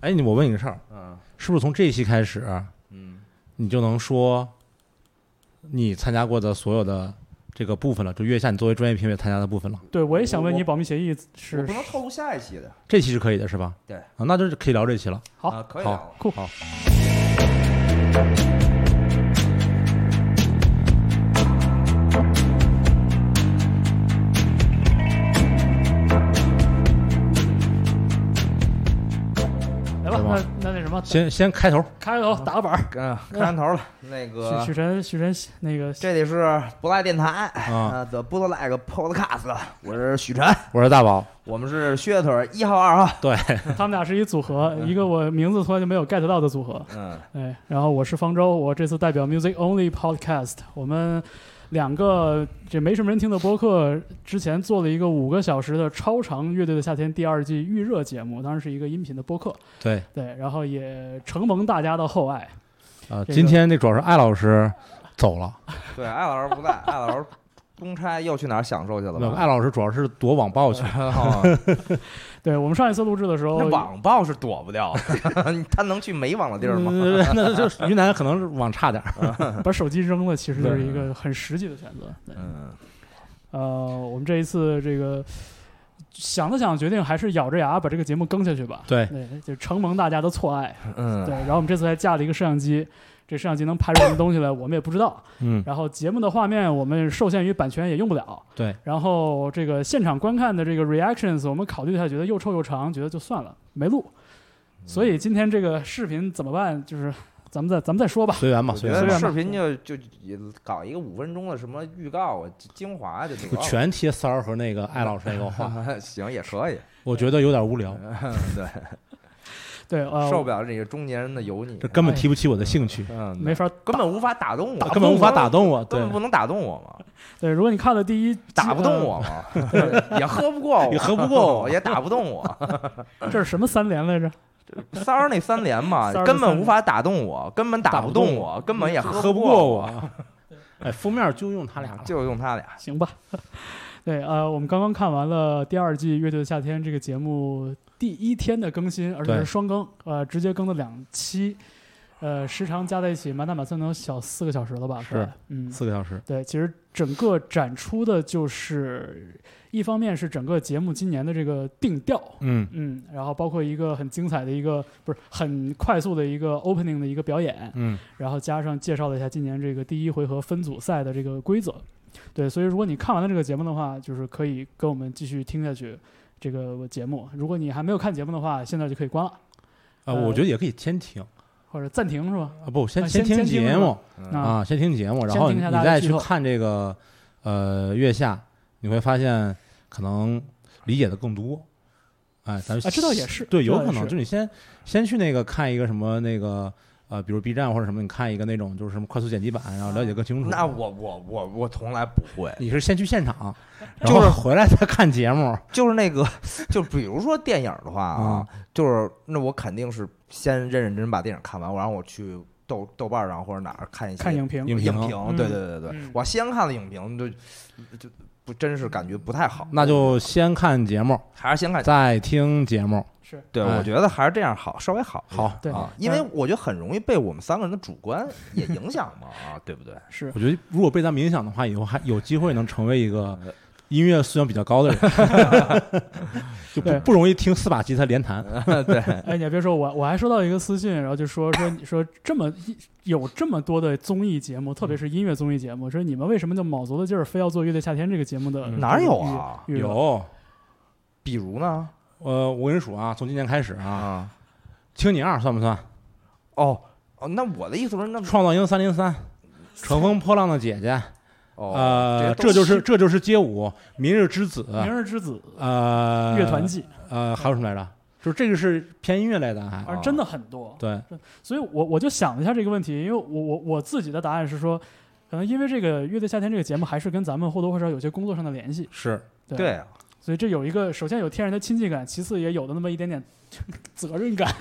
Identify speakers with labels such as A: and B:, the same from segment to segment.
A: 哎，你我问你个事儿，
B: 嗯
A: 是不是从这一期开始，
B: 嗯，
A: 你就能说你参加过的所有的这个部分了？就月下你作为专业评委参加的部分了，
C: 对，我也想问
B: 我
C: 你，保密协议
B: 我
C: 是
B: 不能透露下一期的
A: 这期是可以的，是吧？
B: 对
A: 啊，那就是可以聊这期了。
C: 好
B: 啊，可以
A: 好
B: 聊了。
C: 酷
A: 好
C: 来吧
A: 对？吧
C: 那那那什么，
A: 先先开头，
C: 开个头打个板儿。
B: 嗯，看头了，那
C: 许
B: 个
C: 许晨，许晨，那个
B: 这里是不赖电台
A: 啊
B: 的 b 多赖个 Podcast，我是许晨，
A: 我是大宝，
B: 我们是靴腿一号二号，
C: 他们俩是一 组合，一个我名字突然就没有 get 到的组合。
B: 嗯，
C: 哎，然后我是方舟，我这次代表 Music Only Podcast，我们两个这没什么人听的播客，之前做了一个五个小时的超长《乐队的夏天》第二季预热节目，当然是一个音频的播客，
A: 对
C: 对，然后也承蒙大家的厚爱。
A: 啊、
C: 这个
A: 今天这主要是艾老师走了，
B: 对，艾老师不在，艾老师公差又去哪儿享受去了
A: 没有
B: 吧？
A: 艾老师主要是躲网暴去了，
B: 哦
C: 对我们上一次录制的时候，
B: 那网暴是躲不掉 的，他能去没网的地儿吗？
A: 嗯那就云南可能是网差点儿。
C: 把手机扔了，其实就是一个很实际的选择。对
B: 嗯，
C: 呃，我们这一次这个想了想，决定还是咬着牙把这个节目更下去吧。
A: 对，
C: 对，就承蒙大家的错爱。对，
B: 嗯，
C: 然后我们这次还架了一个摄像机，这摄像机能拍出什么东西来，我们也不知道。
A: 嗯，
C: 然后节目的画面我们受限于版权也用不了。
A: 对，
C: 然后这个现场观看的这个 reactions，我们考虑一下，觉得又臭又长，觉得就算了，没录。所以今天这个视频怎么办？就是咱们再咱们再说吧。
A: 随缘吧，
B: 我
A: 随
B: 觉
A: 缘
C: 随
A: 吧
B: 得
C: 便
B: 视
C: 吧
B: 频就就也搞一个五分钟的什么预告啊、精华就得
A: 就
B: 了。
A: 全贴三儿和那个艾老师那个 话，
B: 行也可以，嗯
A: 我觉得有点无聊，
B: 对，
C: 对，呃，
B: 受不了这个中年人的油腻，
A: 哦这根本提不起我的兴趣，
B: 嗯，
C: 没法
B: 根本无法打动我，
A: 根本无法打动我。
B: 根
A: 对，
B: 本不能打动我嘛，
C: 对，如果你看了第一，
B: 打不动我 嘛，也喝不过我，
A: 嗯也喝不过我
B: 我，也打不动我。
C: 呃。这是什么三连来着？
B: 三儿那三连嘛
C: 三儿，那
B: 根
C: 三
B: 本
C: 连
B: 无法打动我，根本打
A: 打
B: 不
A: 不动嗯
B: 动我，根本也
A: 喝不
B: 不
A: 过
B: 我，
A: 我。 哎，封面就用他俩了。
B: 就用他俩。
C: 行吧。 对，呃，我们刚刚看完了第二季《乐队的夏天》这个节目第一天的更新，而且
A: 对
C: 是双更，呃，直接更了两期，呃，时长加在一起，满打满算能有小四个小时了吧？
A: 是
C: 快，嗯，
A: 四个小时，
C: 对，其实整个展出的就是，一方面是整个节目今年的这个定调，
A: 嗯，
C: 嗯，然后包括一个很精彩的一个，不是很快速的一个 opening 的一个表演，
A: 嗯，
C: 然后加上介绍了一下今年这个第一回合分组赛的这个规则。对，所以如果你看完了这个节目的话，就是可以跟我们继续听下去这个节目。如果你还没有看节目的话，现在就可以关了，
A: 啊，
C: 呃
A: 我觉得也可以先听
C: 或者暂停是吧？
A: 啊，不，先
C: 啊先
A: 听
C: 先听
A: 节
C: 是吧
A: 目
C: 啊
A: 啊，先听节目，然
C: 先
A: 后
C: 听
A: 你
C: 一下大家
A: 再
C: 的剧
A: 去
C: 透
A: 看这个呃月下，你会发现可能理解的更多。哎，咱们
C: 啊，这倒也是，
A: 对，
C: 这
A: 有
C: 倒
A: 可
C: 也
A: 能
C: 是
A: 就你先先去那个看一个什么那个呃，比如 B 站或者什么，你看一个那种就是什么快速剪辑版，然后了解更清楚。
B: 那我我我我从来不会，
A: 你是先去现场，然
B: 就是
A: 后回来再看节目。
B: 就是那个，就比如说电影的话啊
A: 啊，
B: 就是那我肯定是先认认真真把电影看完，然后我去豆豆瓣上或者哪儿看一些
C: 看影评
A: 影
B: 影
A: 评
B: 评，对对对对对
C: 嗯，
B: 我先看了影评，就就不真是感觉不太
C: 嗯
B: 好，
A: 那就先看节目，
B: 还是先看。
A: 再听节目。
C: 是
B: 对，
A: 哎
B: 我觉得还是这样好，稍微好一点
A: 好
C: 对
B: 啊，因为我觉得很容易被我们三个人的主观也影响嘛， 啊，对不对？
C: 是
A: 我觉得如果被咱们影响的话，以后还有机会能成为一个
C: 呃
A: 音乐素养比较高的 人，就不
C: 对
A: 不容易听四把吉他连弹。
B: 对，
C: 哎哎，你还别说，我我还收到一个私信，然后 就说说你说这么一有这么多的综艺节目，特
A: 嗯
C: 别是音乐综艺节目，说你们为什么就卯足了劲儿非要做《乐队夏天》这个节目的
A: 嗯
B: 哪有啊？
C: 预？预热
A: 有，
B: 比如呢？
A: 呃，我跟你数啊，从今年开始啊，
B: 啊，
A: 青你二算不算？
B: 哦哦，那我的意思是，
C: 嗯
B: 那
A: 创造营三零 三，乘风破浪的姐姐，
B: 哦，
A: 呃，这
B: 这
A: 就是这就是街舞，明日之子，
C: 明日之子》
A: 呃，
C: 乐团，季，
A: 呃，还有什么来着？就是这个是偏音乐类的，还
C: 而真的很多。
A: 对，
C: 所以我我就想了一下这个问题，因为我我我自己的答案是说，可能因为这个《乐队夏天》这个节目还是跟咱们或多或少有些工作上的联系，
A: 是
C: 对，
B: 对啊，
C: 所以这有一个首先有天然的亲近感，其次也有的那么一点 点责任感。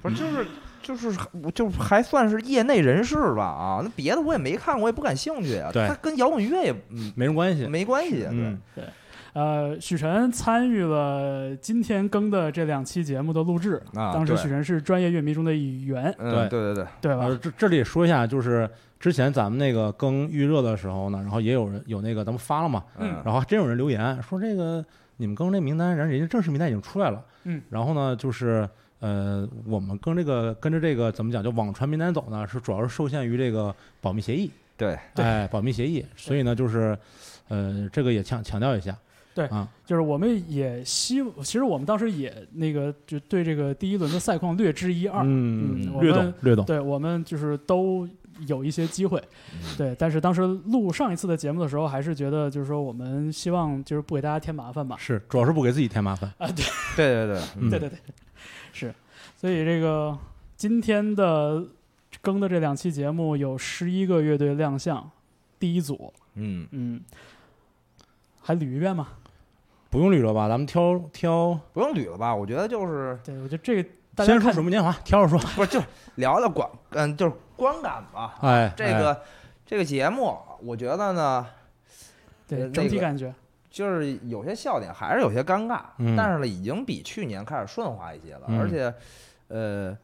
B: 不是就是就是我就是还算是业内人士吧啊，那别的我也没看，我也不感兴趣啊，
A: 对
B: 它跟摇滚乐也嗯
A: 没什么关系。
B: 没关系，对
A: 嗯，
C: 呃，许晨参与了今天更的这两期节目的录制，
B: 啊
C: 当时
B: 对
C: 许晨是专业乐迷中的一员，
B: 嗯，
A: 对
B: 对对对，
C: 对吧？
A: 呃，这这里说一下，就是之前咱们那个更预热的时候呢，然后也有人有那个咱们发了嘛，
B: 嗯
A: 然后还真有人留言说这个你们更这名单，然后人家正式名单已经出来了，
C: 嗯，
A: 然后呢就是呃我们跟这个跟着这个怎么讲，就网传名单走呢，是主要是受限于这个保密协议，
B: 对，
C: 对
A: 哎，保密协议，所以呢就是呃这个也强强调一下，
C: 就是我们也希，其实我们当时也那个就对这个第一轮的赛况略知一二，嗯我
A: 略
C: 们
A: 懂略懂，
C: 对我们就是都有一些机会，
A: 嗯
C: 对。但是当时录上一次的节目的时候，还是觉得就是说我们希望就是不给大家添麻烦吧，
A: 是主要是不给自己添麻烦，
B: 对对对，嗯
A: 嗯
C: 对对对，是。所以这个今天的更的这两期节目有十一个乐队亮相，第一组，
B: 嗯，
C: 嗯，还捋一遍吗？
A: 不用捋了吧，咱们挑挑，
B: 不用捋了吧？我觉得就是
C: 对，我觉得这个大家
A: 先说
C: 看
A: 水木年华，挑着说，
B: 不是就是聊聊观，嗯，就是观感吧。
A: 哎，
B: 这
A: 哎
B: 个这个节目，我觉得呢，
C: 对
B: 呃
C: 整
B: 那
C: 体
B: 个
C: 感觉，
B: 就是有些笑点还是有些尴尬，
A: 嗯
B: 但是呢，已经比去年开始顺滑一些了，
A: 嗯
B: 而且，呃，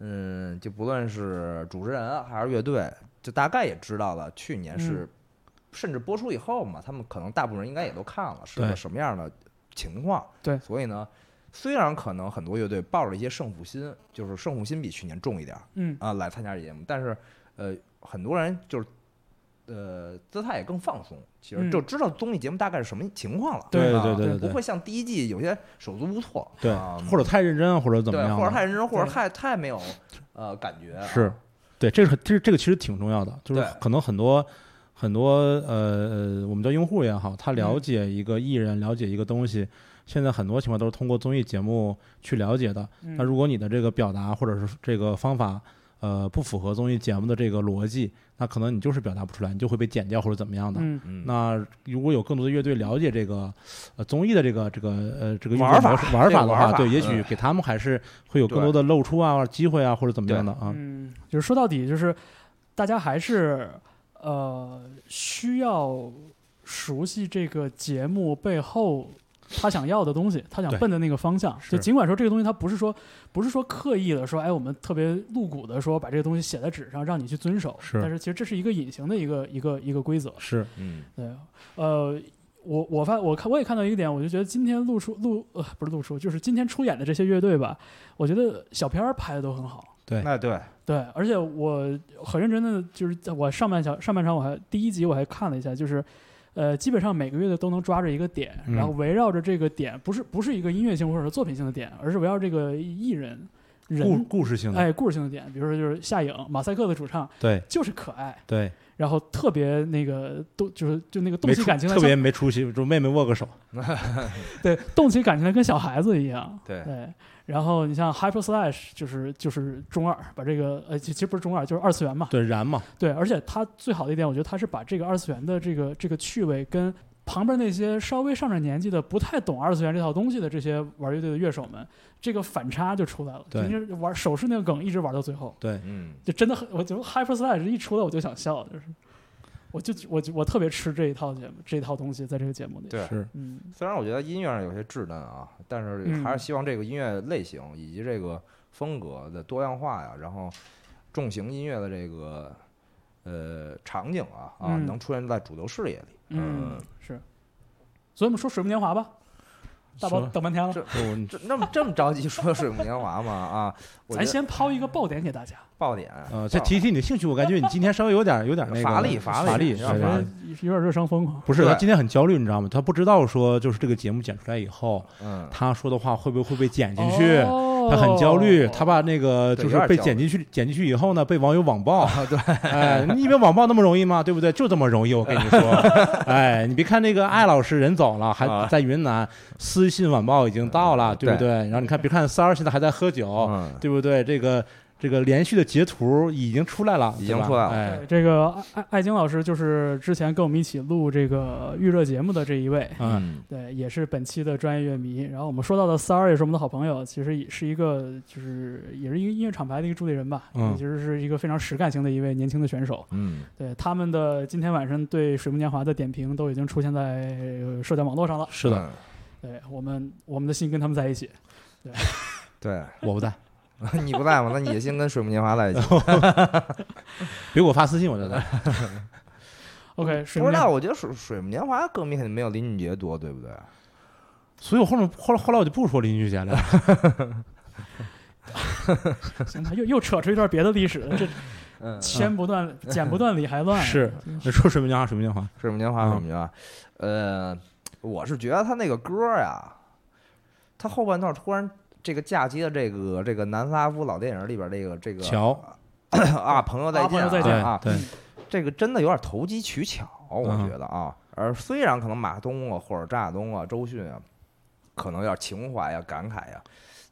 B: 嗯，就不论是主持人啊还是乐队，就大概也知道了去年是，
A: 嗯
B: 甚至播出以后嘛，他们可能大部分人应该也都看了是
A: 对
B: 个什么样的情况，
C: 对
B: 所以呢，虽然可能很多乐队抱着一些胜负心，就是胜负心比去年重一点儿
C: 嗯，
B: 啊来参加这节目，但是，呃，很多人就是。呃，姿态也更放松，其实
C: 嗯
B: 就知道综艺节目大概是什么情况了。
A: 对
B: 啊
A: 对对对
B: 不
A: 对
B: 会像第一季有些手足无措，
A: 对
B: 啊，
A: 或者太认真啊，或者怎么
B: 对，
A: 样
B: 或者
A: 的，
B: 太认真，或者
C: 对
B: 太太没有呃感觉啊，
A: 是，对，这个这这个其实挺重要的，就是
B: 对
A: 可能很多很多呃，呃我们叫用户也好，
B: 嗯
A: 他了解一个艺人，了解一个东西，现在很多情况都是通过综艺节目去了解的。
C: 嗯
B: 嗯
A: 那如果你的这个表达或者是这个方法，呃，不符合综艺节目的这个逻辑，那可能你就是表达不出来，你就会被剪掉或者怎么样的。
C: 嗯
B: 嗯，
A: 那如果有更多的乐队了解这个，呃，综艺的这个这个呃这个运作
B: 玩法
A: 模式玩法
B: 这
A: 的
B: 个
A: 话，
B: 玩法
A: 对，
B: 嗯
A: 也许给他们还是会有更多的露出啊、机会啊或者怎么样的啊。
C: 嗯，就是说到底就是大家还是呃需要熟悉这个节目背后。他想要的东西，他想
A: 对
C: 奔的那个方向，
A: 是
C: 就尽管说这个东西，他不是说不是说刻意的说，哎，我们特别露骨的说把这个东西写在纸上，让你去遵守。
A: 是
C: 但是其实这是一个隐形的一个一个一个规则。
A: 是，
B: 嗯，
C: 对，呃，我我发我看我也看到一个点，我就觉得今天露出露呃不是露出，就是今天出演的这些乐队吧，我觉得小片儿拍的都很好。
A: 对
B: 那对，
C: 对，而且我很认真的，就是在我上半场上半场我还第一集我还看了一下，就是，呃，基本上每个月的都能抓着一个点，
A: 嗯
C: 然后围绕着这个点，不是不是一个音乐性或者是作品性的点，而是围绕这个艺人
A: 故
C: 人
A: 故事性的，
C: 哎故事性的点，比如说就是夏颖马赛克的主唱
A: 对
C: 就是可爱，
A: 对，
C: 然后特别那个动就是就那个动
A: 没
C: 起
A: 出
C: 感情来
A: 特别
C: 像
A: 没出息，就妹妹握 个手，
C: 对动起感情来跟小孩子一样，
B: 对
C: 对，然后你像 Hyper Slash 就是就是中二，把这个呃其其实不是中二就是二次元嘛，
A: 对，燃嘛，
C: 对，而且它最好的一点，我觉得它是把这个二次元的这个这个趣味跟旁边那些稍微上点年纪的不太懂二次元这套东西的这些玩乐队的乐手们，这个反差就出来了。
A: 对
C: 就你玩手势那个梗一直玩到最后，
A: 对，
B: 嗯，
C: 就真的很，我就 Hyper Slash 一出来我就想笑，就是，我就我就我特别吃这一套节目这一套东西在这个节目里。
B: 对
A: 是，
C: 嗯，
B: 虽然我觉得音乐上有些稚嫩啊，但是
C: 嗯
B: 还是希望这个音乐类型以及这个风格的多样化呀，然后重型音乐的这个呃场景啊啊，
C: 嗯
B: 能出现在主流视野里。
C: 嗯，是。所以我们说《水木年华》吧，大宝
A: 说
C: 等半天了
B: 这，
A: 我
B: 这那么这么着急说水木年华吗？啊，我觉
C: 咱
B: 得
C: 先抛一个爆点给大家。
B: 爆点
A: 呃，再提一提你的兴趣，我感觉你今天稍微有点有点那个
B: 乏力
A: 乏
B: 乏
A: 力，
B: 力
A: 对
B: 有点乏
A: 对
B: 力
A: 对
C: 哎有点热伤风啊狂。
A: 不是
B: 对
A: 他今天很焦虑，你知道吗？他不知道说就是这个节目剪出来以后，
B: 嗯，
A: 他说的话会不会被剪进去。
C: 哦
A: 他很焦虑，他把那个
B: 对
A: 就是
B: 有点
A: 被
B: 焦
A: 剪
B: 虑
A: 进去，剪进去以后呢，被网友网暴。
B: 啊，对，
A: 哎，你以为网暴那么容易吗？对不对？就这么容易，我跟你 说。哎，你别看那个艾老师人走了，还
B: 啊
A: 在云南，私信晚报已经到了，对不对？然后你看，别看三儿现在还在喝酒，
B: 嗯，
A: 对不对？这个这个连续的截图已经出来了，
B: 已
A: 对
B: 经
A: 吧
B: 出来了
A: 哎，
C: 这个艾艾艾晶老师就是之前跟我们一起录这个预热节目的这一位，
A: 嗯，
B: 嗯，
C: 对，也是本期的专业乐迷。然后我们说到的三儿也是我们的好朋友，其实也是一个就是也是一个音乐厂牌的一个助理人吧，
A: 嗯
C: 也其实是一个非常实干型的一位年轻的选手。
B: 嗯，
C: 对他们的今天晚上对《水木年华》的点评都已经出现在呃社交网络上了。
A: 是的，
B: 嗯，
C: 对我们我们的心跟他们在一起，
B: 对，
A: 我不在，
B: 你不在吗？那你先跟水木年华在 一起。
A: 别给我发私信，我就 在。
C: OK，水
B: 不知
C: 木年
B: 道，我觉得水水木年华歌迷肯定没有林俊杰多，对不对？
A: 所以我后面后来后来我就不说林俊杰了，
C: 行吧，又又扯出一段别的历史，这
B: 嗯，
C: 牵不断、剪不断理还乱。
A: 是说水木年华，水木年华，
B: 水木年华，水木年华，
C: 嗯
B: 呃，我是觉得他那个歌呀，他后半段突然这个嫁接的这个这个南斯拉夫老电影里边这个这个
A: 乔
B: 啊，朋友再
C: 啊
B: 见
C: 朋
B: 啊，
C: 友再见
A: 对
B: 啊，
A: 对，
B: 这个真的有点投机取巧，我
A: 嗯
B: 觉得啊。而虽然可能马东啊或者张亚东啊、周迅啊，可能有点情怀呀、感慨呀，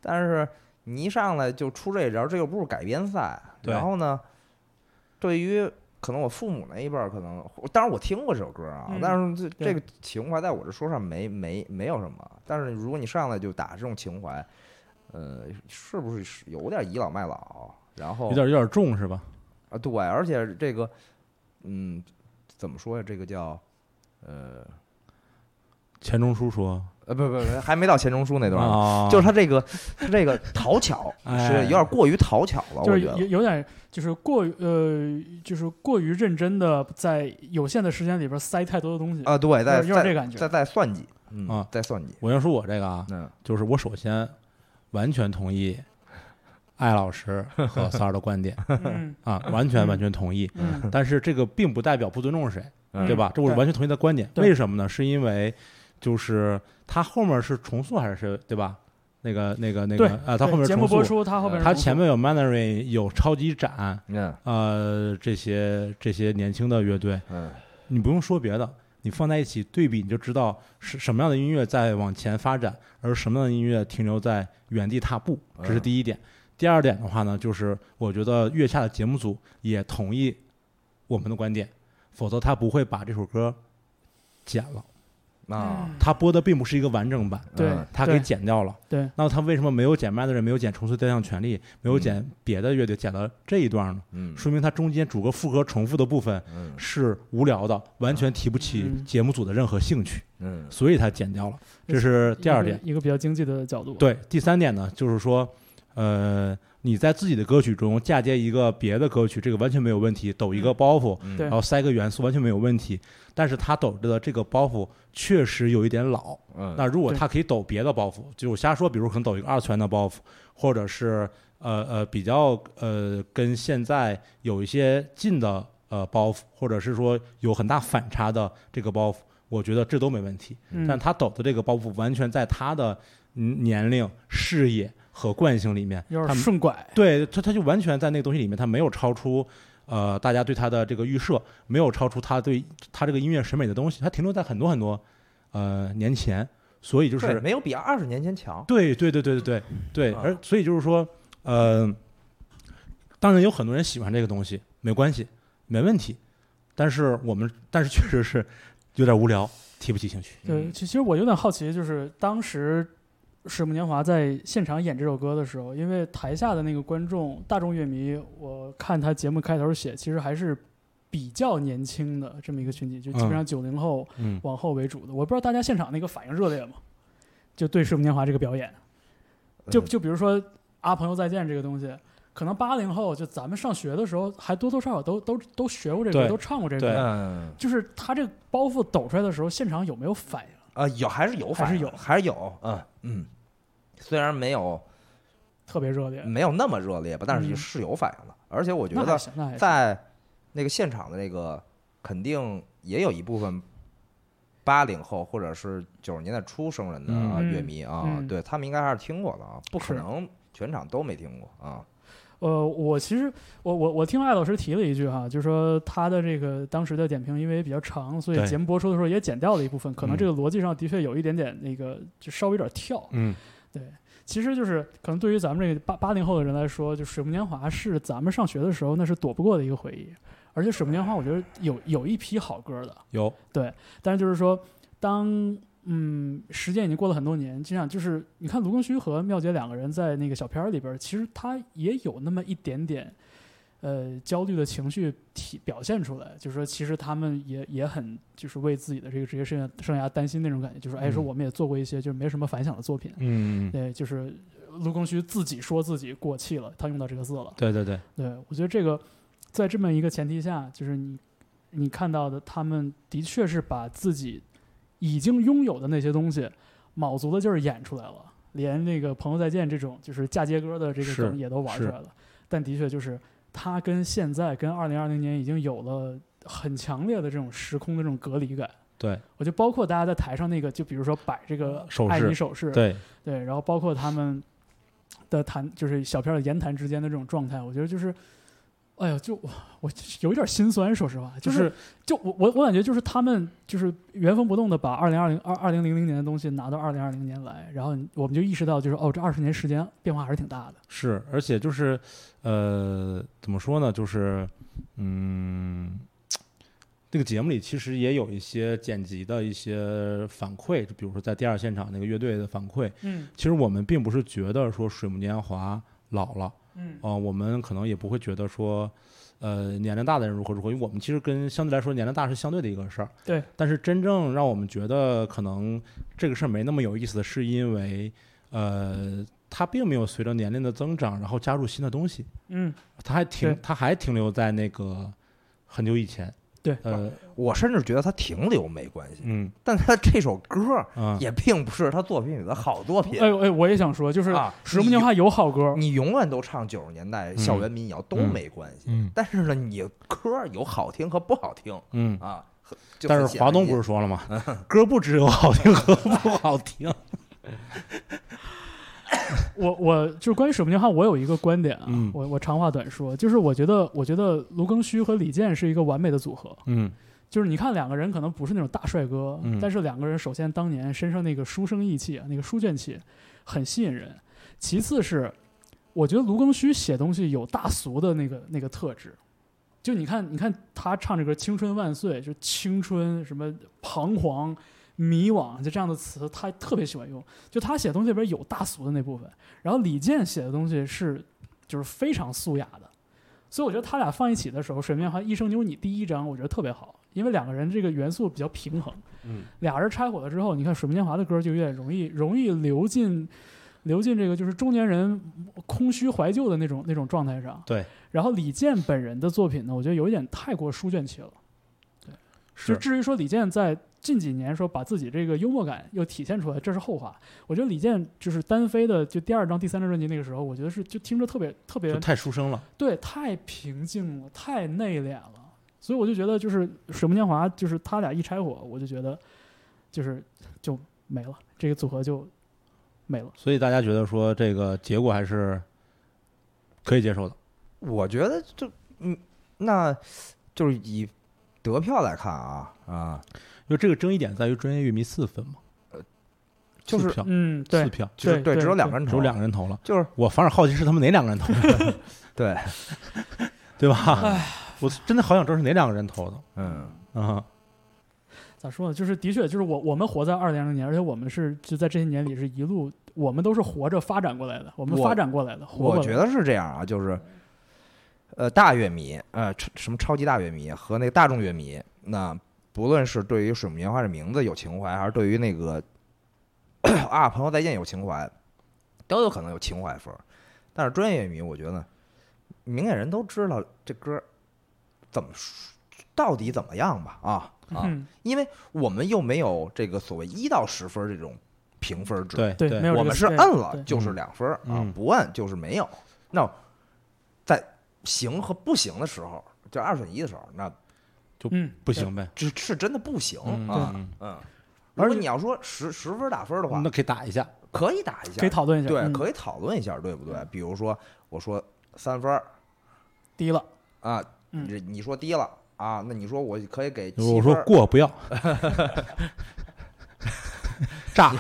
B: 但是你一上来就出这招，这又不是改编赛。
A: 对
B: 然后呢，对于可能我父母那一辈儿，可能当然我听过这首歌啊，
C: 嗯
B: 但是这
C: 对
B: 这个情怀在我这说上没没没有什么。但是如果你上来就打这种情怀，呃，是不是是有点倚老卖老？然后
A: 有点有点重是吧？
B: 啊，对，而且这个，嗯，怎么说呀？这个叫，呃，
A: 钱钟书说
B: 呃，不不不，还没到钱钟书那段儿呢，
A: 啊，
B: 就是他这个，他这个讨 巧是
A: 哎
B: 有点过于讨巧了，啊
C: 就
B: 我
C: 是
B: 觉
C: 有
B: 得。
C: 有点就是过于呃，就是过于认真的在有限的时间里边塞太多的东西。
B: 啊，对，在
C: 有点这
B: 在
C: 感觉
B: 在在算计，嗯
A: 啊，
B: 在算计，
A: 我要说我这个啊，
B: 嗯
A: 就是我首先完全同意艾老师 和三儿的观点
C: 嗯
A: 啊，完全完全同意。
C: 嗯
A: 但是这个并不代表不尊重谁，
B: 嗯
A: 对吧？这我
C: 对
A: 完全同意他的观点。
C: 对
A: 为什么呢？是因为就是他后面是重塑还是对吧？那个那个那
C: 对
A: 个啊，他后面
C: 对
A: 是
C: 节目播
A: 重塑，
C: 出，他后边是
A: 他
C: 重
A: 前
C: 复
A: 面有 Mandarin，有超级展，
B: 嗯
A: 呃，这些这些年轻的乐队，
B: 嗯，
A: 你不用说别的，你放在一起对比，你就知道是什么样的音乐在往前发展，而什么样的音乐停留在原地踏步，这是
B: 嗯
A: 第一点。第二点的话呢，就是我觉得月下的节目组也同意我们的观点，否则他不会把这首歌剪了。
B: 啊，
A: 他播的并不是一个完整版，
C: 嗯对
B: 嗯
A: 他给
C: 对
A: 剪掉了。
C: 对，
A: 那他为什么没有剪麦的人，没有剪重塑雕像权利，没有剪别的乐队，剪了这一段呢？
B: 嗯
A: 说明他中间主歌副歌重复的部分
B: 嗯
A: 是无聊的，完全提不起
C: 嗯
A: 节目组的任何兴趣，
B: 嗯
A: 所以他剪掉了。这是第二点。
C: 一个，一个比较经济的角度。，
A: 对，第三点呢，就是说，呃，你在自己的歌曲中嫁接一个别的歌曲，这个完全没有问题，抖一个包袱，
B: 嗯，
C: 对
A: 然后塞个元素完全没有问题。但是他抖着的这个包袱确实有一点老，
B: 嗯，
A: 那如果
C: 对
A: 他可以抖别的包袱，就我瞎说，比如可能抖一个二次元的包袱，或者是呃呃比较呃跟现在有一些近的呃包袱，或者是说有很大反差的这个包袱，我觉得这都没问题。但
C: 嗯，
A: 他抖的这个包袱完全在他的嗯年龄、视野和惯性里面，
C: 有
A: 他
C: 点顺拐。
A: 对他他就完全在那个东西里面，他没有超出。呃，大家对他的这个预设没有超出他对他这个音乐审美的东西，他停留在很多很多呃年前，所以就
B: 对
A: 是
B: 没有比二十年前强，
A: 对对对对对对对，
B: 啊
A: 而所以就是说，呃，当然有很多人喜欢这个东西，没关系，没问题。但是我们，但是确实是有点无聊，提不起兴趣。
C: 对，
B: 嗯
C: 其其实我有点好奇，就是当时《水木年华》在现场演这首歌的时候，因为台下的那个观众大众乐迷，我看他节目开头写，其实还是比较年轻的这么一个群体，就基本上九零后
A: 嗯，
C: 往后为主的。我不知道大家现场那个反应热烈吗？就对《水木年华》这个表演，就
B: 嗯
C: 就比如说啊，朋友再见这个东西。可能八零后就咱们上学的时候，还多多少少都都都学过这个，
A: 对
C: 都唱过这
A: 对
C: 个。
B: 嗯
C: 就是他这个包袱抖出来的时候，现场有没有反应？
B: 啊，有还是有
C: 还
B: 反
C: 是
B: 应，
C: 有
B: 还是有，嗯嗯，虽然没有
C: 特别热烈。
B: 没有那么热烈吧，但是
C: 嗯
B: 是有反应的。而嗯且我觉
C: 那还
B: 得
C: 行，那还行。
B: 在那个现场的那个，肯定也有一部分八零后或者是九十年代初生人的啊
C: 嗯
B: 乐迷啊，
C: 嗯
B: 对他们应该还是听过的啊，不可
C: 是
B: 能全场都没听过啊。
C: 呃，我其实我我我听艾老师提了一句哈，就说他的这个当时的点评因为比较长，所以
A: 对
C: 节目播出的时候也剪掉了一部分，可能
A: 嗯
C: 这个逻辑上的确有一点点那个就稍微有点跳。
A: 嗯，
C: 对，其实就是可能对于咱们这个八八零后的人来说，就《水木年华》是咱们上学的时候那是躲不过的一个回忆。而且《水木年华》我觉得有有一批好歌的，
A: 有
C: 但是就是说，当嗯时间已经过了很多年，就像就是你看卢庚戌和妙姐两个人在那个小片儿里边儿，其实他也有那么一点点。呃，焦虑的情绪体表现出来，就是说，其实他们也也很，就是为自己的这个职业生涯生涯担心那种感觉，就是哎，说
A: 嗯
C: 我们也做过一些就是没什么反响的作品，
A: 嗯，
C: 对，就是卢庚戌自己说自己过气了，他用到这个字了，
A: 对对对，
C: 对，我觉得这个在这么一个前提下，就是你你看到的，他们的确是把自己已经拥有的那些东西，卯足了劲儿演出来了，连那个《朋友再见》这种就是嫁接歌的这个
A: 是
C: 梗也都玩出来了。但的确就是它跟现在跟二零二零年已经有了很强烈的这种时空的这种隔离感。
A: 对
C: 我就包括大家在台上那个，就比如说摆这个
A: 手势
C: 爱你手势，
A: 对，
C: 对，然后包括他们的谈，就是小片儿的言谈之间的这种状态，我觉得就是，哎呀，就我我有一点心酸，说实话，
A: 就
C: 就
A: 是
C: 是就我我我感觉就是他们就是原封不动的把二零二零二二零零零年的东西拿到二零二零年来，然后我们就意识到就是哦，这二十年时间变化还是挺大的，
A: 是，而且就是，呃，怎么说呢？就是，嗯，这个节目里其实也有一些剪辑的一些反馈，就比如说在第二现场那个乐队的反馈，
C: 嗯
A: 其实我们并不是觉得说水木年华老了
C: 嗯
A: 啊、我们可能也不会觉得说。呃，年龄大的人如何如何？因为我们其实跟相对来说年龄大是相对的一个事儿。
C: 对。
A: 但是真正让我们觉得可能这个事儿没那么有意思的是，因为呃，它并没有随着年龄的增长，然后加入新的东西。
C: 嗯，
A: 它还停
C: 对，
A: 它还停留在那个很久以前。
C: 对
A: 呃，
B: 我甚至觉得他停留没关系，
A: 嗯
B: 但他这首歌
A: 啊，
B: 也并不是他作品里的好作品
C: 哎。呦哎，我也想说，就是
B: 啊嗯
C: 水木年华有好歌儿，
B: 你永远都唱九十年代校园民谣都
A: 嗯
B: 没关系，
A: 嗯
B: 但是呢，你歌有好听和不好听
A: 嗯。
B: 啊。很就
A: 但
B: 很
A: 是
B: 显
A: 华
B: 而
A: 东
B: 易
A: 不是说了吗？歌不只有好听和不好听。
C: 我我就是关于水木年华，我有一个观点啊，
A: 嗯
C: 我我长话短说，就是我觉得我觉得卢庚戌和李健是一个完美的组合，
A: 嗯
C: 就是你看两个人可能不是那种大帅哥，
A: 嗯
C: 但是两个人首先当年身上那个书生意气啊，那个书卷气很吸引人，其次是我觉得卢庚戌写东西有大俗的那个那个特质。就你看，你看他唱这个“青春万岁”，就青春什么彷徨、迷惘，就这样的词，他特别喜欢用。就他写东西里边有大俗的那部分，然后李健写的东西是就是非常素雅的，所以我觉得他俩放一起的时候，《水面花一生有你》第一章我觉得特别好，因为两个人这个元素比较平衡。
A: 嗯，
C: 俩人拆伙了之后，你看水木年华的歌就有点容易容易流进流进这个就是中年人空虚怀旧的那种那种状态上。
A: 对。
C: 然后李健本人的作品呢，我觉得有一点太过书卷气了。就是至于说李健在近几年说把自己这个幽默感又体现出来，这是后话。我觉得李健就是单飞的，就第二张、第三张专辑那个时候，我觉得是就听着特别特别
A: 就太书生了。
C: 对，太平静了，太内敛了，所以我就觉得就是《水木年华》，就是他俩一拆伙，我就觉得就是就没了，这个组合就没了。
A: 所以大家觉得说这个结果还是可以接受的。
B: 我觉得这，嗯，那就是以得票来看啊啊，
A: 因为这个争议点在于专业乐迷四分嘛，
B: 就
A: 四
B: 是
A: 票，
C: 嗯，
A: 四
C: 对，
A: 票，
B: 就是
C: 对对
B: 只有两个人
A: 只
B: 投，
A: 有两个人投了。
B: 就是
A: 我反而好奇是他们哪两个人投的，
B: 对，
A: 对吧？我真的好想知道是哪两个人投的
B: 嗯，
A: 啊。
C: 咋说呢？就是的确，就是我我们活在二零零年，而且我们是就在这些年里是一路，我们都是活着发展过来的，我们
B: 我
C: 发展过来的，活过
B: 我
C: 来
B: 觉
C: 的
B: 得是这样啊，就是呃，大乐迷，呃，超什么超级大乐迷和那个大众乐迷，那不论是对于《水木年华》这名字有情怀，还是对于那个啊朋友再见有情怀，都有可能有情怀分儿。但是专业乐迷，我觉得明眼人都知道这歌儿怎么说到底怎么样吧啊啊，
C: 嗯，
B: 因为我们又没有这个所谓一到十分儿这种评分制，
A: 对
C: 对，没有这
B: 我
C: 个
B: 们是
C: 对
B: 摁了
C: 对
B: 就是两分儿啊
A: 嗯，
B: 不摁就是没有。那在行和不行的时候，就二选一的时候，那
C: 嗯，
A: 不
C: 对，
A: 行呗。
B: 这是真的不行
A: 嗯
B: 啊。
A: 嗯
B: 嗯，如
C: 而且
B: 果你要说十十分打分的话
A: 那，可以打一下。
B: 可以打一下，
C: 可以讨论一下，
B: 对，
C: 嗯
B: 可以讨论一下，对不对？比如说我说三分儿
C: 低了，
B: 啊，
C: 嗯
B: 你你说低了啊，那你说我可以给七
A: 我
B: 分
A: 说
B: 儿，
A: 过不要， 炸，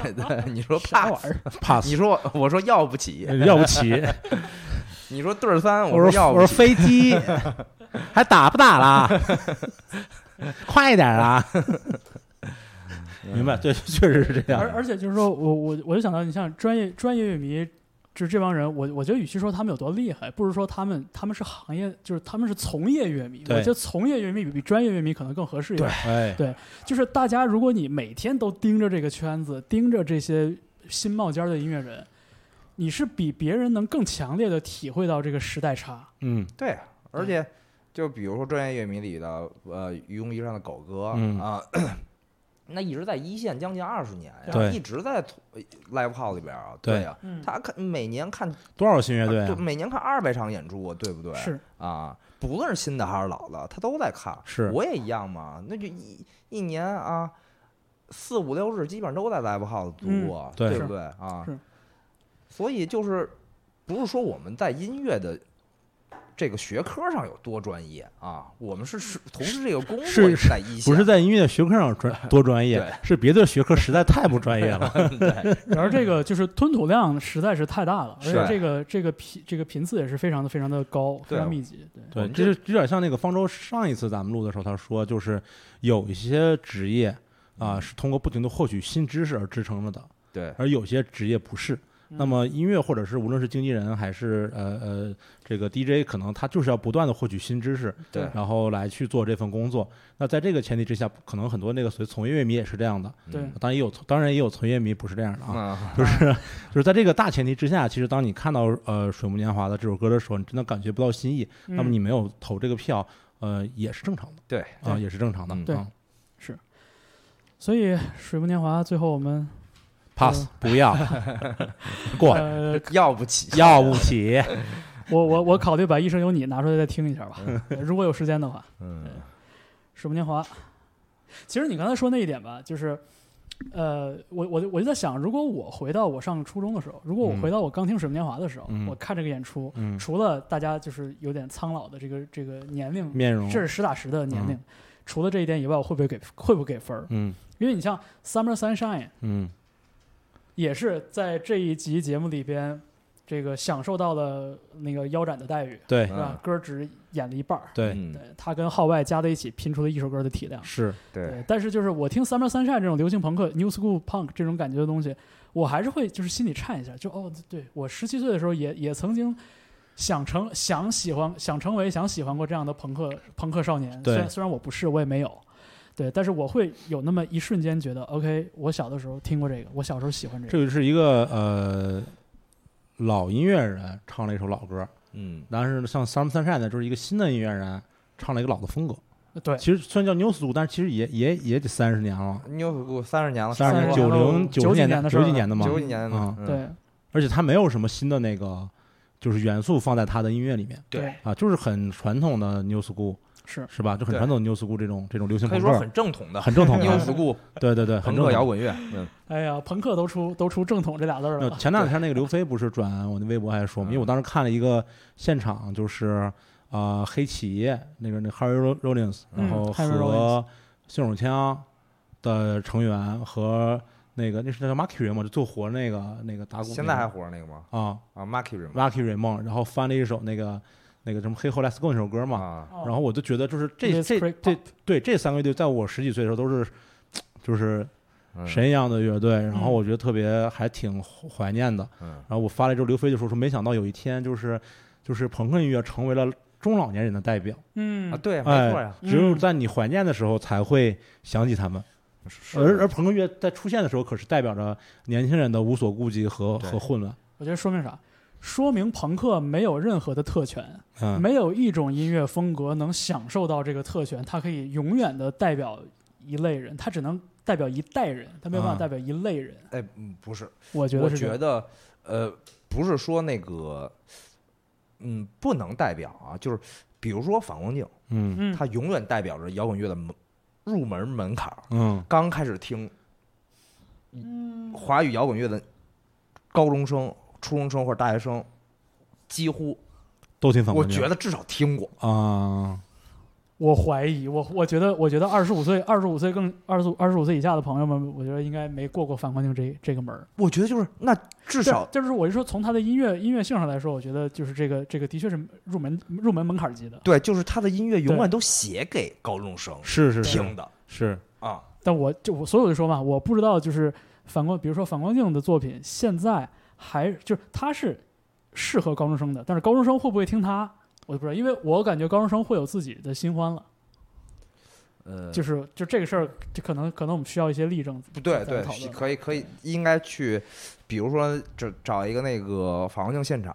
B: 你说
C: 啥
B: 怕
C: 玩意儿？
A: 怕
B: 你
A: 死，
B: 说我我说要不 起，
A: 要不起。
B: 你说对儿三，
A: 我
B: 说要
A: 我
B: 不
A: 说
B: 起，嗯
A: 飞机还打不打啦？快点啊！明白，对，啊确实是这
C: 而
A: 样。
C: 而且就是说我我我就想到，你像专业专业乐迷，就是这帮人，我我觉得与其说他们有多厉害，不如说他们他们是行业，就是他们是从业乐迷。我
A: 对
C: 觉得从业乐迷比比专业乐迷可能更合适一点。
A: 哎，
C: 就是大家，如果你每天都盯着这个圈子，盯着这些新冒尖儿的音乐人，你是比别人能更强烈的体会到这个时代差。
A: 嗯，
B: 对，啊而且就比如说专业乐迷里的呃愚公移山的狗哥
A: 嗯
B: 啊。那一直在一线将近二十年呀，
A: 对
B: 一直在呃 live house 里边啊，
A: 对
B: 呀，
C: 嗯
B: 他看每年看
A: 多少新乐队
B: 就
A: 啊？
B: 每年看二百场演出，对不对？
C: 是
B: 啊，不论是新的还是老的，他都在看。
A: 是
B: 我也一样嘛，那就一一年啊，四五六日基本上都在 live house 度过，
A: 对
B: 不对啊
C: 嗯是？
B: 所以就是不是说我们在音乐的。这个学科上有多专业啊？我们是是从事这个工作
A: 是
B: 也是在一线，
A: 不是在音乐学科上专多专业
B: 对，
A: 是别的学科实在太不专业 了。
B: 对，
C: 然而这个就是吞吐量实在是太大了，而
B: 是
C: 且这个这个频这个频次也是非常的非常的高，非常密集。对，
B: 我
A: 对，啊
B: 们
A: 这
B: 就
A: 就有点像那个方舟上一次咱们录的时候，他说就是有一些职业 啊是通过不停的获取新知识而支撑着的，
B: 对，
A: 而有些职业不是。
C: 嗯
A: 那么音乐或者是无论是经纪人还是呃呃这个 DJ，可能他就是要不断的获取新知识，
B: 对
A: 然后来去做这份工作。那在这个前提之下，可能很多那个所谓从业乐迷也是这样的，
C: 对
B: 嗯
A: 当然也有从当然也有从业迷不是这样的啊，
B: 啊，
A: 就是就是在这个大前提之下，其实当你看到呃《水木年华》的这首歌的时候，你真的感觉不到新意，
C: 嗯
A: 那么你没有投这个票，呃，也是正常的，
B: 对
A: 啊，也是正常的，
B: 嗯
C: 对
A: 啊
C: 所以《水木年华》最后我们
A: ，pass
C: 嗯
A: 不要 过，
C: 呃，
B: 要不起，
A: 要不 起，
C: 我我我考虑把《一生有你》拿出来再听一下吧，
A: 嗯
C: 呃如果有时间的话。
B: 嗯，
C: 水木年华。其实你刚才说那一点吧，就是，呃，我我就我就在想，如果我回到我上初中的时候，如果我
A: 嗯
C: 回到我刚听《水木年华》的时候，
A: 嗯
C: 我看这个演出，
A: 嗯，
C: 除了大家就是有点苍老的这个这个年龄，
A: 面容，
C: 这是实打实的年龄。
A: 嗯
C: 除了这一点以外，我会不会给会不会给分儿？
A: 嗯
C: 因为你像《Summer Sunshine》
A: 嗯，
C: 也是在这一集节目里边，这个享受到了那个腰斩的待遇，
A: 对
C: 是吧？歌只演了一半儿，
A: 对
B: 嗯，
C: 对他跟号外加在一起拼出了一首歌的体量。
A: 是，
B: 对，
C: 对，但是就是我听 Summer Sunshine 这种流行朋克、New School Punk 这种感觉的东西，我还是会就是心里颤一下，就哦，对我十七岁的时候也也曾经想成想喜欢想成为想喜欢过这样的朋克朋克少年，虽
A: 对
C: 然虽然我不是，我也没有。对，但是我会有那么一瞬间觉得，OK，我小的时候听过这个，我小时候喜欢这
A: 这
C: 个，
A: 个是一个呃老音乐人唱了一首老歌，
B: 嗯，
A: 但是像 Sam Sunshine 呢，就是一个新的音乐人唱了一个老的风格，
C: 对，
A: 其实虽然叫 New School，但是其实也也也得三十年了，
B: 牛股三十年了，
A: 三
C: 30
A: 十
C: 年
A: 年
C: 了
A: 九零
C: 九
A: 九
C: 几
A: 年
C: 年的
A: 代
C: 事儿
A: 九
C: 了
A: 几年的嘛，
B: 九几年
A: 啊
B: 嗯
C: 对，
A: 而且他没有什么新的那个就是元素放在他的音乐里面
C: 对
B: 对，
A: 啊，就是很传统的 New School
C: 是，
A: 是吧？就很
B: 对
A: 传统的 New School 这种这种流行
B: 可以
A: 朋
B: 说
A: 克，
B: 很正统的
A: 很正统
B: new
A: 的，
B: school
A: 对对啊对，很
B: 朋
A: 正
B: 克摇
A: 统。
B: 滚乐，嗯，
C: 哎呀，朋克都出都出正统这俩字儿
A: 那
C: 了，
A: 呃前两天那个刘飞不是转我的微博还说嘛，
B: 嗯
A: 因为我当时看了一个现场，就是啊黑企业那个那 Harry Rollins，
C: 嗯
A: 然后
C: Harry
A: 和
C: Rollins
A: 信手枪的成员和那个那是叫 Marky 嘛，就最火那个那个打鼓那个，
B: 现在还活着那个吗？
A: 啊
B: 啊，Marky Rim
A: Lucky Raymond，然后翻了一首那个那个什么《黑后 Let's Go》那首歌嘛，
B: 啊，
C: 哦
A: 然后我就觉得就是这
C: Blitzkrieg
A: 这
C: Pop
A: 这对这三个乐队，在我十几岁的时候都是就是
B: 嗯
A: 神一样的乐队，然
C: 嗯
A: 后我觉得特别还挺怀念的。
B: 嗯
A: 然后我发了之后，刘飞就说说没想到有一天就是就是朋克音乐成为了中老年人的代表，
C: 嗯
B: 啊，，对，没
A: 哎
B: 错呀，
C: 嗯
A: 只有在你怀念的时候才会想起他们。
B: 是
A: 而而朋克乐在出现的时候，可是代表着年轻人的无所顾忌和
B: 对
A: 和混乱。
C: 我觉得说明啥？说明朋克没有任何的特权，
A: 嗯，
C: 没有一种音乐风格能享受到这个特权，它可以永远的代表一类人，它只能代表一代人，它没有办法
A: 啊
C: 代表一类人。
B: 哎，嗯不是，
C: 我觉
B: 我
C: 得是这样
B: 觉得呃，不是说那个，嗯，不能代表啊，就是比如说反光镜，
A: 嗯
C: 嗯，
B: 它永远代表着摇滚乐的门入门门槛儿。
A: 嗯，
B: 刚开始听华语摇滚乐的高中生、初中生或者大学生，几乎
A: 都挺反
B: 我
A: 叛的
B: 觉得至少听过。
A: 啊。
C: 我怀疑，我我觉得，我觉得二十五岁、二十五岁更二十二十五岁以下的朋友们，我觉得应该没过过反光镜这这个门儿。
B: 我觉得就是那至
C: 对
B: 少
C: 就是我就说从他的音乐音乐性上来说，我觉得就是这个这个的确是入门入门门槛儿级的。
B: 对，就是他的音乐永远都写给高中生
A: 是是是
B: 听的
A: 是，
B: 啊。
C: 但我就我所有的说嘛，我不知道就是反光，比如说反光镜的作品，现在还就是它是适合高中生的，但是高中生会不会听它，我就不知道，因为我感觉高中生会有自己的新欢了，
B: 呃，
C: 就是就这个事儿，就可能可能我们需要一些例证。
B: 不对
C: 咱们
B: 对
C: 讨，论
B: 可以可以，应该去，比如说找找一个那个反光镜现场，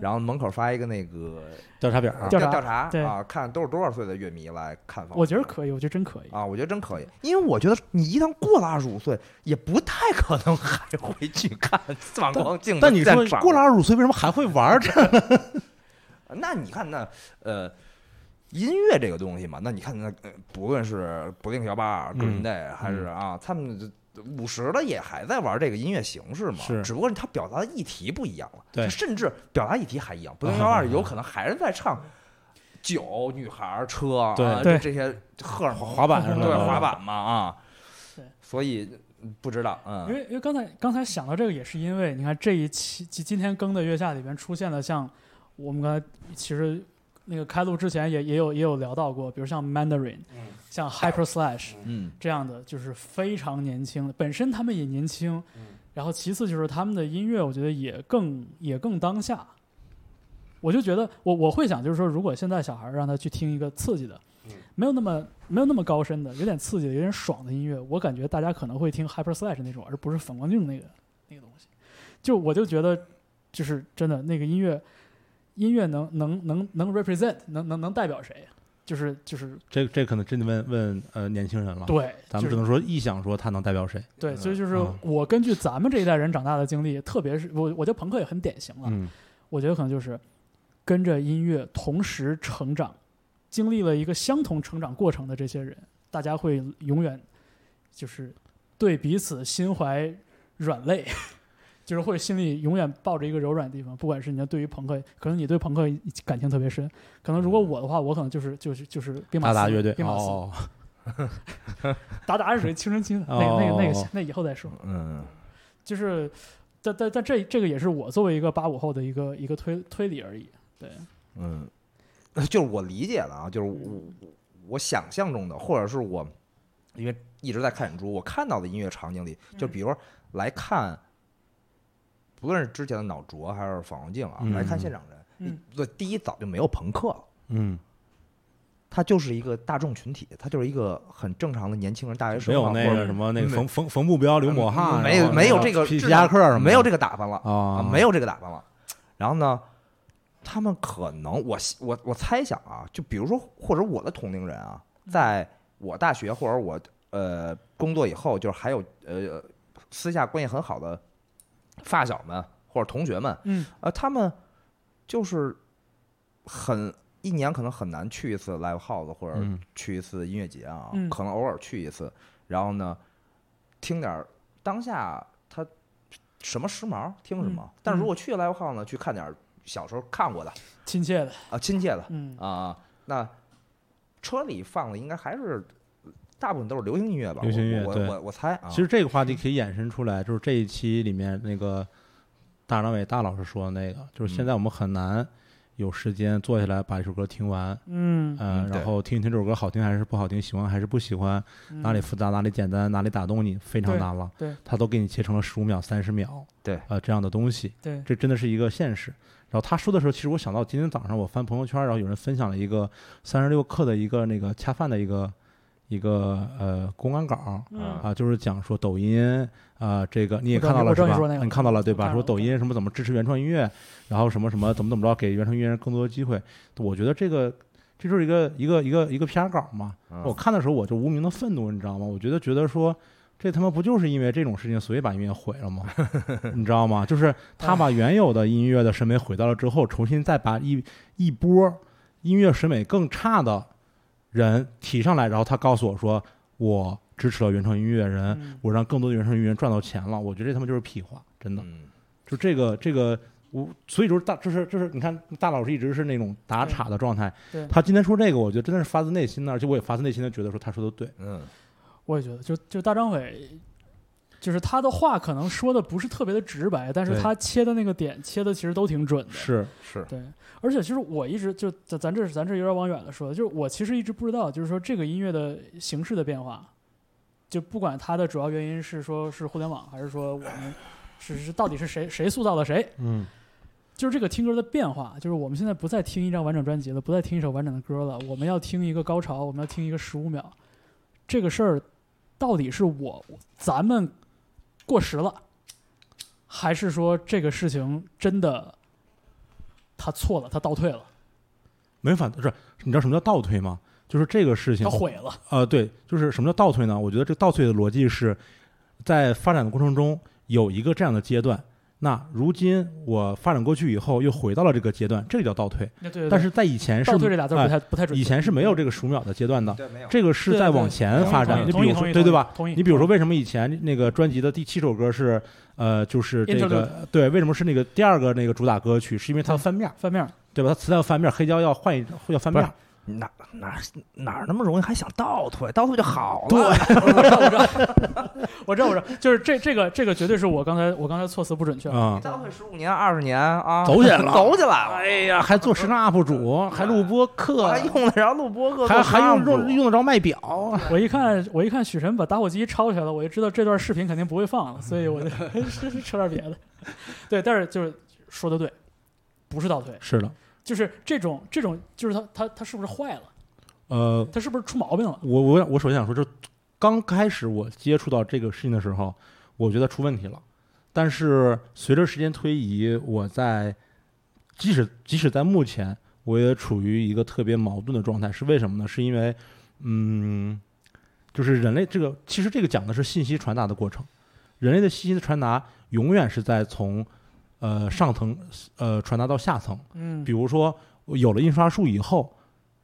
B: 然后门口发一个那个
A: 调查表儿，
C: 调查
B: 调查
C: 对
B: 啊，看都是多少岁的乐迷来看房。
C: 我觉得可以，我觉得真可以。
B: 啊，我觉得真可以，因为我觉得你一旦过了二十五岁，也不太可能还会去看 反光镜的
A: 但你说
B: 现场
A: 过了，二十五岁为什么还会玩儿这？
B: 那你看那呃。音乐这个东西嘛，那你看那呃不论是不定小八、个人
A: 嗯
B: 队，还是啊，他们五十的也还在玩这个音乐形式嘛，
A: 是
B: 只不过他表达的议题不一样了，
A: 对
B: 甚至表达议题还一样，不定小八有可能还是在唱酒、女孩儿、车啊，
A: 对
B: 这
C: 对
B: 这些荷尔蒙
A: 滑板是吧？
B: 对，滑板嘛啊
C: 对，
B: 所以嗯不知道，
C: 因
B: 嗯，
C: 为因为刚才刚才想到这个，也是因为你看这一期今今天更的月下里边出现了像我们刚才其实那个开录之前也也有也有聊到过，比如像 Mandarin，、像 Hyper Slash
B: 嗯，
C: 这样的，就是非常年轻的，本身他们也年轻，然后其次就是他们的音乐，我觉得也更也更当下。我就觉得我我会想，就是说，如果现在小孩儿让他去听一个刺激的，没有那么没有那么高深的，有点刺激的，有点爽的音乐，我感觉大家可能会听 Hyper Slash 那种，而不是反光镜那个那个东西。就我就觉得，就是真的那个音乐，音乐能能能能 represent 能能能代表谁？就是就是
A: 这这可能真得问问呃年轻人了。
C: 对，
A: 咱
C: 就
A: 们
C: 是
A: 只能说臆想说它能代表谁。
C: 对，所以就是
A: 嗯
C: 我根据咱们这一代人长大的经历，特别是我，我觉得朋克也很典型了。
A: 嗯，
C: 我觉得可能就是跟着音乐同时成长，经历了一个相同成长过程的这些人，大家会永远就是对彼此心怀软肋， 就是会心里永远抱着一个柔软的地方。不管是你对于朋克，可能你对朋克感情特别深，可能如果我的话，我可能就是就是就是兵马
A: 大
C: 司
A: 嗯大乐队
C: 兵马司
A: 哦，
C: 达达是属于青春期的，那个那个那
A: 哦
C: 个那以后再说。
B: 嗯，
C: 就是，但但但这这个也是我作为一个八五后的一个一个推推理而已。对，
B: 嗯， 就是我理解的啊，就是我我想象中的，或者是我因为一直在看演出，我看到的音乐场景里，就比如说来看，不论是之前的脑浊还是反光镜啊，
A: 嗯
B: 来看现场人，
C: 嗯
B: 对，第一早就没有朋克了。
A: 嗯，
B: 他就是一个大众群体，他就是一个很正常的年轻人，大学生
A: 没有
B: 啊
A: 那
B: 或
A: 个
B: 者
A: 什么那个
B: 没
A: 冯冯冯目标、刘抹
B: 嗯
A: 汗，啊
B: 没
A: 然
B: 有
A: 后
B: 没有
A: 那
B: 这
A: 个
B: 个
A: 皮
B: 质
A: 皮夹
B: 量
A: 克什么的，
B: 没有这个打扮了啊，
C: 嗯
A: 啊，
B: 没有这个打扮了。然后呢，他们可能我希我我猜想啊，就比如说或者我的同龄人啊，
C: 嗯
B: 在我大学或者我呃工作以后，就是还有呃私下关系很好的发小们或者同学们，
C: 嗯，
B: 呃，他们就是很一年可能很难去一次 live house 或者
A: 嗯
B: 去一次音乐节啊，
C: 嗯
B: 可能偶尔去一次，然后呢，听点儿当下他什么时髦听什么，
C: 嗯
B: 但是如
C: 嗯
B: 果去 live house 呢，去看点儿小时候看过的
C: 亲切的，
B: 啊亲切的
C: 嗯，
B: 啊，那车里放的应该还是大部分都是流行音乐吧，
A: 流行音乐
B: 我
A: 对
B: 我我我猜啊，
A: 其实这个话题可以衍生出来，就是这一期里面那个大张伟大老师说的那个，就是
B: 嗯
A: 现在我们很难有时间坐下来把一首歌听完，
C: 嗯，
A: 嗯，
B: 嗯对
A: 然后听一听这首歌好听还是不好听，喜欢还是不喜欢，
C: 嗯
A: 哪
B: 嗯
A: 里复杂哪里简单，哪里打动你，非常
C: 对
A: 难了。
C: 对，
A: 他都给你切成了十五秒、三十秒，
B: 对
A: 呃，这样的东西，
C: 对，
A: 这真的是一个现实。然后他说的时候，其实我想到今天早上我翻朋友圈，然后有人分享了一个三十六氪的一个那个恰饭的一个一个呃公关稿，
C: 嗯
A: 啊，就是讲说抖音啊、这个你也
C: 我知
A: 看
C: 道
A: 到了
C: 你我
A: 是
C: 知道
A: 吧
C: 你说那？个
A: 你看到了对
C: 我
A: 吧？
C: 看
A: 说
C: 了我
A: 抖
C: 看
A: 音什么怎么支持原创音乐，然后什么什么怎么怎么着给原创音乐人更多的机会。我觉得这个这就是一个一个一个一个 PR 稿嘛。
B: 嗯
A: 我看的时候我就无名的愤怒，你知道吗？我觉得觉得说。这他妈不就是因为这种事情，所以把音乐毁了吗？ 你知道吗？就是他把原有的音乐的审美毁掉了之后，重新再把一一波音乐审美更差的人提上来，然后他告诉我说，我支持了原创音乐人，
C: 嗯
A: 我让更多的原创音乐人赚到钱了。我觉得这他妈就是屁话，真的。
B: 嗯
A: 就这个这个我所以就是大，这是这是你看大老师一直是那种打
C: 对
A: 岔的状态
C: 对，
A: 他今天说这个，我觉得真的是发自内心的，而且我也发自内心的觉得说他说的对，
B: 嗯，
C: 我也觉得，就就大张伟，就是他的话可能说的不是特别的直白，但是
A: 对
C: 他切的那个点切的其实都挺准的。
A: 是
B: 是，
C: 对，而且其实我一直就咱咱这咱这有点往远了说，就是我其实一直不知道，就是说这个音乐的形式的变化，就不管它的主要原因是说是互联网，还是说我们是是到底是谁谁塑造了谁，
A: 嗯
C: 就是这个听歌的变化，就是我们现在不再听一张完整专辑了，不再听一首完整的歌了，我们要听一个高潮，我们要听一个十五秒，这个事儿到底是我咱们过时了，还是说这个事情真的他错了，他倒退了，
A: 没反不是你知道什么叫倒退吗？就是这个事情
C: 他毁了？
A: 呃，对，就是什么叫倒退呢？我觉得这个倒退的逻辑是在发展的过程中有一个这样的阶段。那如今我发展过去以后，又回到了这个阶段，这个叫倒退。
C: 对对对
A: 但是在以前是
C: 倒退这俩字儿不
A: 哎
C: 太、不太准确，
A: 以前是没有这个数秒的阶段的，
B: 对，没有，
A: 这个是
C: 对
A: 在
C: 对
A: 往前发展。你比
C: 同意
A: 如
C: 同意
A: 说，对对吧？？
C: 同意，
A: 你比如说，为什么以前那个专辑的第七首歌是呃，就是这
C: Interlude
A: 个对，为什么是那个第二个那个主打歌曲？是因为它翻面儿，
C: 翻面儿，
A: 对吧？它磁带要翻面儿，黑胶要换一要翻面儿，
B: 哪哪哪那么容易还想倒退？倒退就好了。
A: 对，啊
C: 我知道我知道，就是这这个这个绝对是我刚才我刚才措辞不准确，
A: 啊，
B: 倒退十五年、二十年啊，
A: 走起来了
B: 走起来了。
A: 哎呀，还做时尚 UP 主，还录播客，
C: 哎
B: 还用得着录播客，
A: 还
B: 做
A: 还用
B: 商务
A: 用用得着卖表，
C: 我一看，我一看许晨把打火机抄起来了，我就知道这段视频肯定不会放 了，所以我就扯点别的。对，但是就是说的对，不是倒退，
A: 是的，
C: 就是这种这种，就是他他他是不是坏了？
A: 呃，
C: 他是不是出毛病了？
A: 我我我首先想说，就是刚开始我接触到这个事情的时候，我觉得出问题了，但是随着时间推移，我在即使即使在目前，我也处于一个特别矛盾的状态，是为什么呢？是因为，嗯，就是人类这个其实这个讲的是信息传达的过程，人类的信息的传达永远是在从呃上层呃传达到下层。
C: 嗯
A: 比如说有了印刷术以后，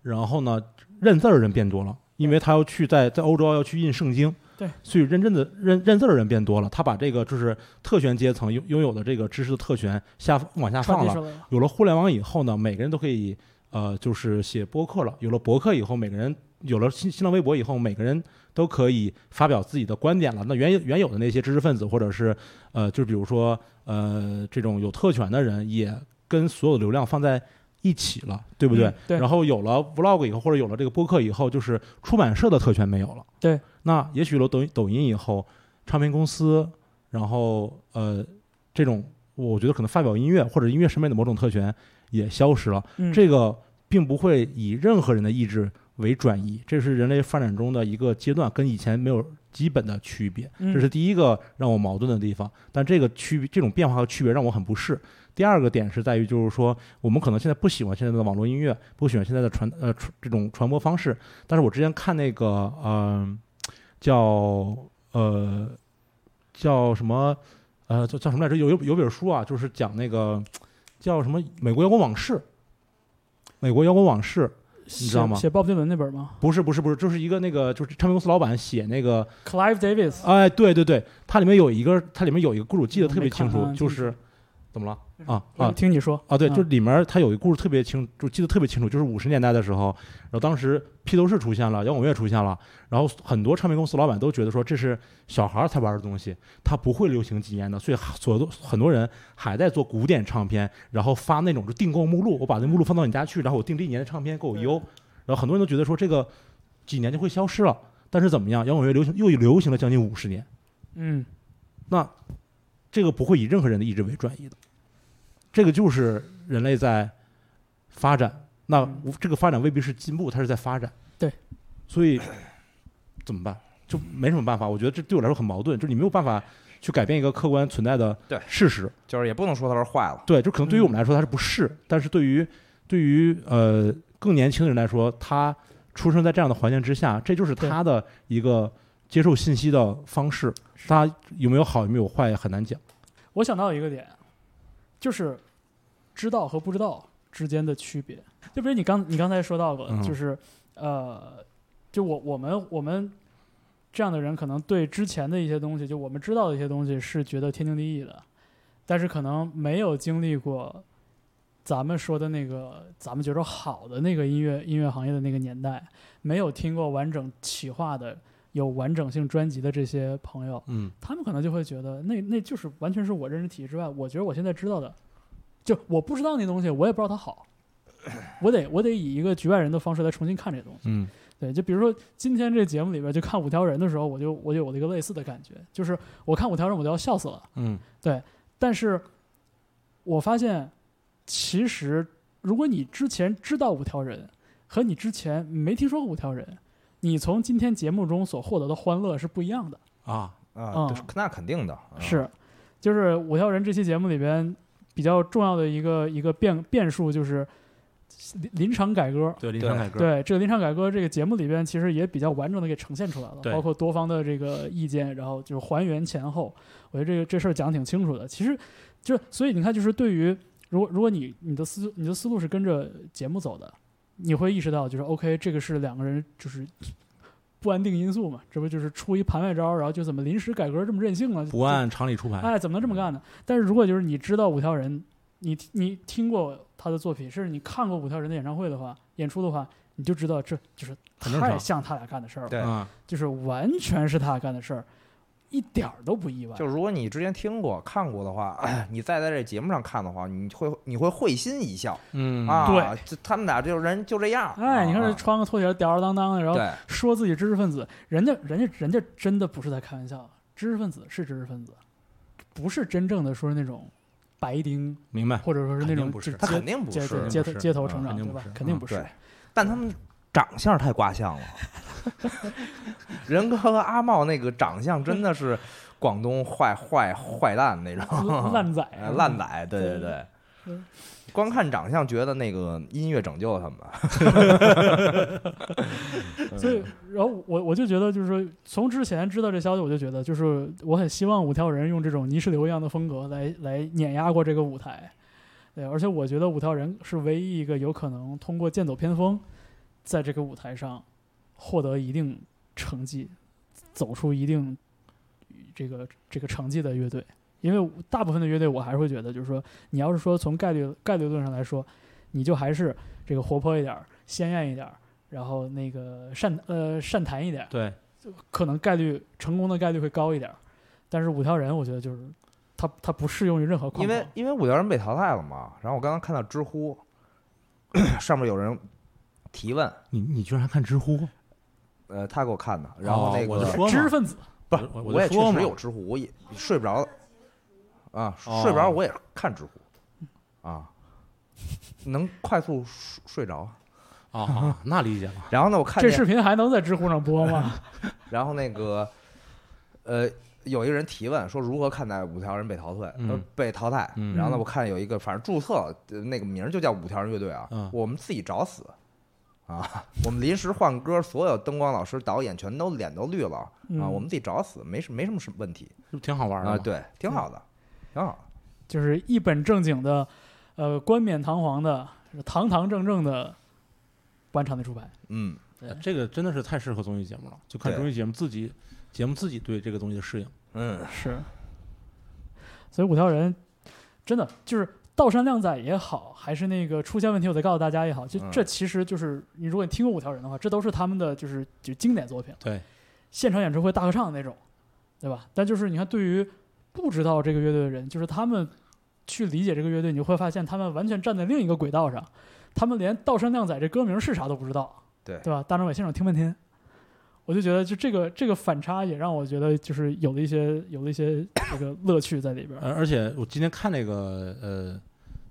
A: 然后呢，认字儿的人变多了，因为他要去在在欧洲要去印圣经，
C: 对，
A: 所以认真的认认字儿的人变多了，他把这个就是特权阶层拥拥有的这个知识的特权下往下
C: 传
A: 放
C: 递
A: 了
C: 出。来了。
A: 有了互联网以后呢，每个人都可以呃，就是写博客了。有了博客以后，每个人有了新新浪微博以后，每个人都可以发表自己的观点了。那原有原有的那些知识分子，或者是呃，就比如说呃，这种有特权的人，也跟所有流量放在一起了，对不对？
C: 嗯对
A: 然后有了 vlog 以后，或者有了这个播客以后，就是出版社的特权没有了。
C: 对。
A: 那也许有了抖音抖音以后，唱片公司，然后呃，这种我觉得可能发表音乐或者音乐审美的某种特权也消失了。
C: 嗯，
A: 这个并不会以任何人的意志为转移，这是人类发展中的一个阶段，跟以前没有基本的区别。
C: 嗯
A: 这是第一个让我矛盾的地方。但这个区别，这种变化和区别让我很不适。第二个点是在于，就是说，我们可能现在不喜欢现在的网络音乐，不喜欢现在的传呃传这种传播方式。但是我之前看那个，嗯、叫呃叫什么呃叫叫什么来着？有有有本书啊，就是讲那个叫什么《美国摇滚往事》。美国摇滚往事
C: 你
A: 知道吗
C: 写鲍勃迪伦那本吗
A: 不是不是不是，就是一个那个就是唱片公司老板写那个
C: ？Clive Davis
A: 哎，对对对，它里面有一个，它里面有一个故事，我记得
C: 我
A: 特
C: 没
A: 别清
C: 看
A: 楚
C: 啊，
A: 就
C: 就是嗯
A: 是怎么了啊啊
C: 听你说
A: 啊？对，
C: 嗯
A: 就里面它有一个故事特别清，就记得特别清楚，就是五十年代的时候，然后当时披头士出现了，摇滚乐出现了，然后很多唱片公司老板都觉得说这是小孩儿才玩的东西，它不会流行几年的，所以所多很多人还在做古典唱片，然后发那种就订购目录，我把那目录放到你家去，然后我订这一年的唱片给我邮，然后很多人都觉得说这个几年就会消失了，但是怎么样，摇滚乐流行又流行了将近五十年。
C: 嗯，
A: 那这个不会以任何人的意志为转移的，这个就是人类在发展。那
C: 嗯
A: 无这个发展未必是进步，它是在发展。
C: 对，
A: 所以怎么办？就没什么办法。我觉得这对我来说很矛盾，就是你没有办法去改变一个客观存在的
B: 对
A: 事实。
B: 就是也不能说他是坏了。
A: 对，就可能对于我
C: 嗯
A: 们来说它是不是，但是对于对于呃更年轻的人来说，他出生在这样的环境之下，这就是
C: 对
A: 他的一个接受信息的方式。他有没有好，有没有坏，也很难讲。
C: 我想到一个点，就是知道和不知道之间的区别。就比如你刚你刚才说到过，
A: 嗯
C: 就是呃，就我我们我们这样的人，可能对之前的一些东西，就我们知道的一些东西是觉得天经地义的，但是可能没有经历过咱们说的那个咱们觉得好的那个音乐音乐行业的那个年代，没有听过完整企划的有完整性专辑的这些朋友，
A: 嗯，
C: 他们可能就会觉得那那就是完全是我认识体系之外，我觉得我现在知道的，就我不知道那东西，我也不知道它好，我得我得以一个局外人的方式来重新看这东西。
A: 嗯
C: 对，就比如说今天这节目里边，就看五条人的时候，我就我就有了一个类似的感觉，就是我看五条人我都要笑死了，
A: 嗯
C: 但是我发现其实如果你之前知道五条人，和你之前没听说过五条人，你从今天节目中所获得的欢乐是不一样的。
A: 啊，
B: 啊，
C: 嗯
B: 对那肯定的，啊
C: 是，就是五条人这期节目里边比较重要的一个一个变变数就是临临场改革。
A: 对，林场改革，
C: 对这个临场改革这个节目里边，其实也比较完整的给呈现出来了，
A: 对
C: 包括多方的这个意见，然后就是还原前后。我觉得这个这事儿讲挺清楚的。其实就所以你看，就是对于如果如果你你的思你的思路是跟着节目走的，你会意识到就是 OK，这个是两个人就是不安定因素嘛，这不就是出一盘外招，然后就怎么临时改革这么任性了？
A: 不按常理出牌，
C: 哎，怎么能这么干呢？但是如果就是你知道五条人，你你听过他的作品，甚至你看过五条人的演唱会的话，演出的话，你就知道这就是
A: 很正常
C: 太像他俩干的事儿了，
B: 对
A: 啊，
C: 就是完全是他俩干的事儿，一点儿都不意外。
B: 就如果你之前听过、看过的话， 你再在这节目上看的话，你会你会会心一笑
A: 嗯
B: 啊
C: 对！
B: 这他们俩就人就这样，
C: 哎，你看
B: 啊
C: 这穿个拖鞋吊儿郎当的，然后
B: 对
C: 说自己知识分子，人家人家人家真的不是在开玩笑，知识分子是知识分子，不是真正的说是那种白丁，
A: 明白，
C: 或者说是那
A: 肯定
C: 种
A: 不
C: 只
A: 是
B: 他
C: 街
B: 肯定不
C: 街
B: 是
C: 对，街
A: 不
C: 头
A: 是
C: 街头
A: 啊
C: 成长
A: 肯定
C: 对
A: 不
C: 吧
A: 是？
C: 肯定
A: 嗯
C: 不是
B: 对。， 但他们长相太瓜 相了。 仁哥和阿茂那个长相真的是广东坏坏坏蛋那种
C: 烂仔啊
B: 哎 烂仔，对对对
C: 嗯。
B: 光看长相，觉得那个音乐拯救了他们吧。
C: 所以，然后我我就觉得，就是说，从之前知道这消息，我就觉得，就是我很希望五条人用这种泥石流一样的风格来来碾压过这个舞台。对，而且我觉得五条人是唯一一个有可能通过剑走偏锋，在这个舞台上获得一定成绩，走出一定这个这个成绩的乐队。因为大部分的乐队，我还是会觉得，就是说，你要是说从概率概率论上来说，你就还是这个活泼一点儿、鲜艳一点儿，然后那个善呃善谈一点儿，
A: 对，
C: 可能概率成功的概率会高一点儿。但是五条人，我觉得就是它它不适用于任何
B: 因
C: 框
B: 为
C: 框。
B: 因为五条人被淘汰了嘛。然后我刚刚看到知乎 上面有人提问，
A: 你你居然还看知乎，
B: 呃，他给我看的。然后
A: 哦
B: 那个
A: 我就说嘛
C: 知识分子
B: 不
A: 我
B: 是，
A: 我
B: 我
A: 就
B: 也
A: 说
B: 确
A: 嘛
B: 实有知乎，我也睡不着了啊，
A: 哦
B: 睡不着我也看知乎啊，能快速睡睡着。
A: 啊，那理解了，
B: 然后呢，我看
C: 这
B: 见，
C: 视频还能在知乎上播吗？
B: 然后那个呃，有一个人提问说如何看待五条人被淘汰，
A: 嗯
B: 呃被淘汰。
A: 嗯
B: 然后呢，我看有一个反正注册呃那个名儿就叫五条人乐队啊，
A: 嗯
B: 我们自己找死。啊，我们临时换歌，所有灯光老师、导演全都脸都绿了、
C: 嗯
B: 啊！我们自己找死，没什没什么问题
A: 这不挺好玩的
B: 啊，
A: 吗，
B: 对，挺好的，挺好的。
C: 就是一本正经的，呃，冠冕堂皇的，堂堂正正的完场的出牌。
B: 嗯，
A: 呃这个真的是太适合综艺节目了，就看
B: 对
A: 综艺节目自己节目自己对这个东西的适应，
B: 嗯，
C: 是， 所以五条人真的就是道山靓仔也好，还是那个出现问题我再告诉大家也好，就
B: 嗯
C: 这其实就是你如果你听过五条人的话，这都是他们的就是就经典作品，
A: 对，
C: 现场演出会大合唱那种，对吧？但就是你看，对于不知道这个乐队的人，就是他们去理解这个乐队，你会发现他们完全站在另一个轨道上，他们连道山靓仔这歌名是啥都不知道。
B: 对
C: 对吧？大张伟现场听半天，我就觉得就这个这个反差也让我觉得就是有了一些有了一些这个乐趣在里边儿。
A: 而而且我今天看那个呃，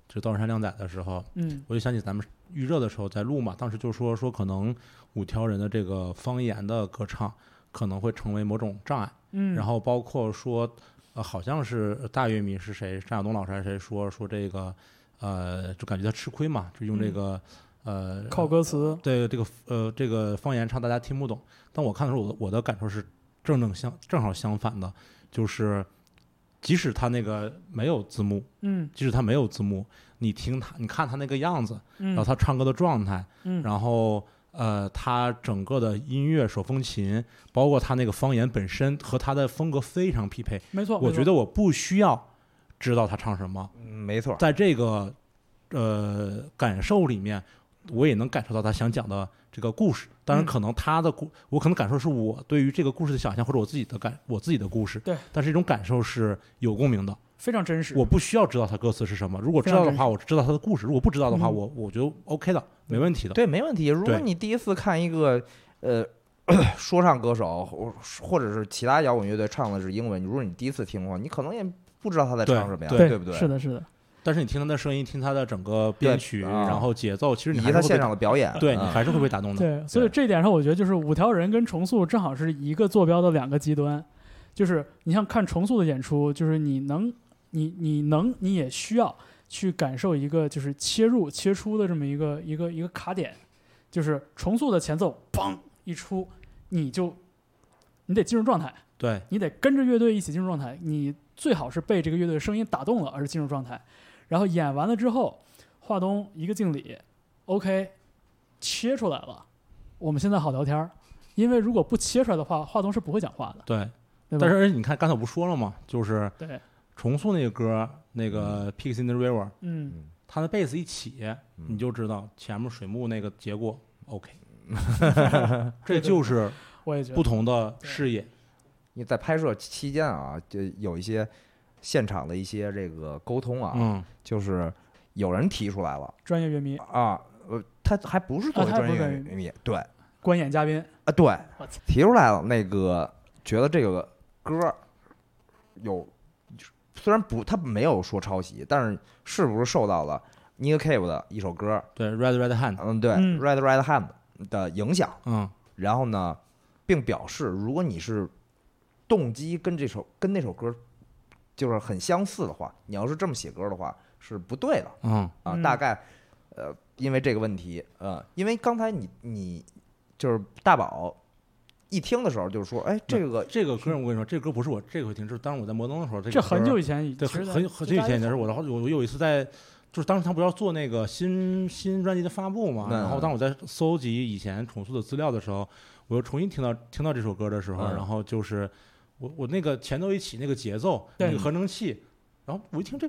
A: 就是《道山靓仔》的时候，
C: 嗯
A: 我就想起咱们预热的时候在录嘛，当时就说说可能五条人的这个方言的歌唱可能会成为某种障碍，
C: 嗯，
A: 然后包括说，呃，好像是大乐迷是谁，单晓东老师还是谁说说这个，呃，就感觉他吃亏嘛，就用这个、呃
C: 嗯靠歌词，
A: 对这个呃这个方言唱大家听不懂，但我看的时候，我的我的感受是正正相正好相反的，就是即使他那个没有字幕，
C: 嗯
A: 即使他没有字幕，你听他你看他那个样子，
C: 嗯，
A: 然后他唱歌的状态，
C: 嗯
A: 然后呃他整个的音乐手风琴，包
C: 哦
A: 括他那个方言本身和他的风格非常匹配，
C: 没错，
A: 我
C: 没错
A: 觉得我不需要知道他唱什么。
B: 嗯没错，
A: 在这个呃感受里面，我也能感受到他想讲的这个故事。当然，
C: 嗯
A: 可能他的故，我可能感受是我对于这个故事的想象，或者我自己的感，我自己的故事。
C: 对，
A: 但是这种感受是有共鸣的。
C: 非常真实。
A: 我不需要知道他歌词是什么，如果知道的
C: 非常真
A: 话，我知道他的故事；如果不知道的话，
C: 嗯
A: 我我觉得 OK 的，没问题的。
B: 对，没问题。如果
A: 对
B: 你第一次看一个呃 说唱歌手，或或者是其他摇滚乐队唱的是英文，如果你第一次听的话，你可能也不知道他在
A: 对
B: 唱什么呀，
A: 对
B: 不对？
C: 是的，是的，
A: 但是你听他的声音，听他的整个编曲，
B: 对啊
A: 然后节奏，其实
B: 以
A: 你
B: 及
A: 还是
B: 他
A: 会
B: 现
A: 被
B: 场的表演，
A: 对你
B: 嗯
A: 还是会被打动的。
C: 对。所以这一点上，我觉得就是五条人跟重塑正好是一个坐标的两个极端。就是你像看重塑的演出，就是你能，你你能，你也需要去感受一个就是切入切出的这么一个一个一个卡点，就是重塑的前奏砰一出，你就你得进入状态。
A: 对，
C: 你得跟着乐队一起进入状态，你最好是被这个乐队的声音打动了而进入状态。然后演完了之后，华东一个敬礼，OK，切出来了，我们现在好聊天儿。因为如果不切出来的话，华东是不会讲话的，
A: 对，
C: 对吧？
A: 但是你看刚才我不说了吗？就是
C: 对，
A: 重塑那个歌，那个《Pigs in the River》，
C: 嗯，
A: 他的贝斯一起，
B: 嗯
A: 你就知道前面水幕那个结果 OK。这就是
C: 我也觉
A: 不
C: 得，
A: 同的视野。
B: 你在拍摄期间啊，就有一些现场的一些这个沟通啊，
A: 嗯，
B: 就是有人提出来了
C: 专业乐迷、
B: 啊，呃，他还不是作
C: 啊
B: 为
C: 他还
B: 专
C: 不
B: 业
C: 是专业
B: 乐迷，对啊，
C: 观演嘉宾，
B: 对
C: 我操，
B: 提出来了，那个觉得这个歌儿有，虽然不他没有说抄袭，但是是不是受到了 Nick Cave 的一首歌儿，
A: 对，Red Red Hand，
B: 嗯，对
C: 嗯
B: ，Red Red Hand 的影响，
A: 嗯，
B: 然后呢，并表示如果你是动机跟这首跟那首歌就是很相似的话，你要是这么写歌的话是不对的
A: 嗯，
B: 啊。
C: 嗯
B: 大概呃，因为这个问题，呃，因为刚才你你就是大宝一听的时候就是说，哎，这个
A: 这个歌我跟你说，这歌不是我这回听，就是当时我在摩登的时候，这
C: 这
A: 个
C: 很
A: 歌
C: 久以前已，
A: 对，
C: 其实
A: 很
C: 在
A: 很很久以前的时候，我然后我我有一次在，就是当时他不是要做那个新新专辑的发布嘛，
B: 嗯
A: 然后当我在搜集以前重塑的资料的时候，我又重新听到听到这首歌的时候，
B: 嗯
A: 然后就是我我那个前奏一起那个节奏
C: 对
A: 那个合成器，然后我一听这，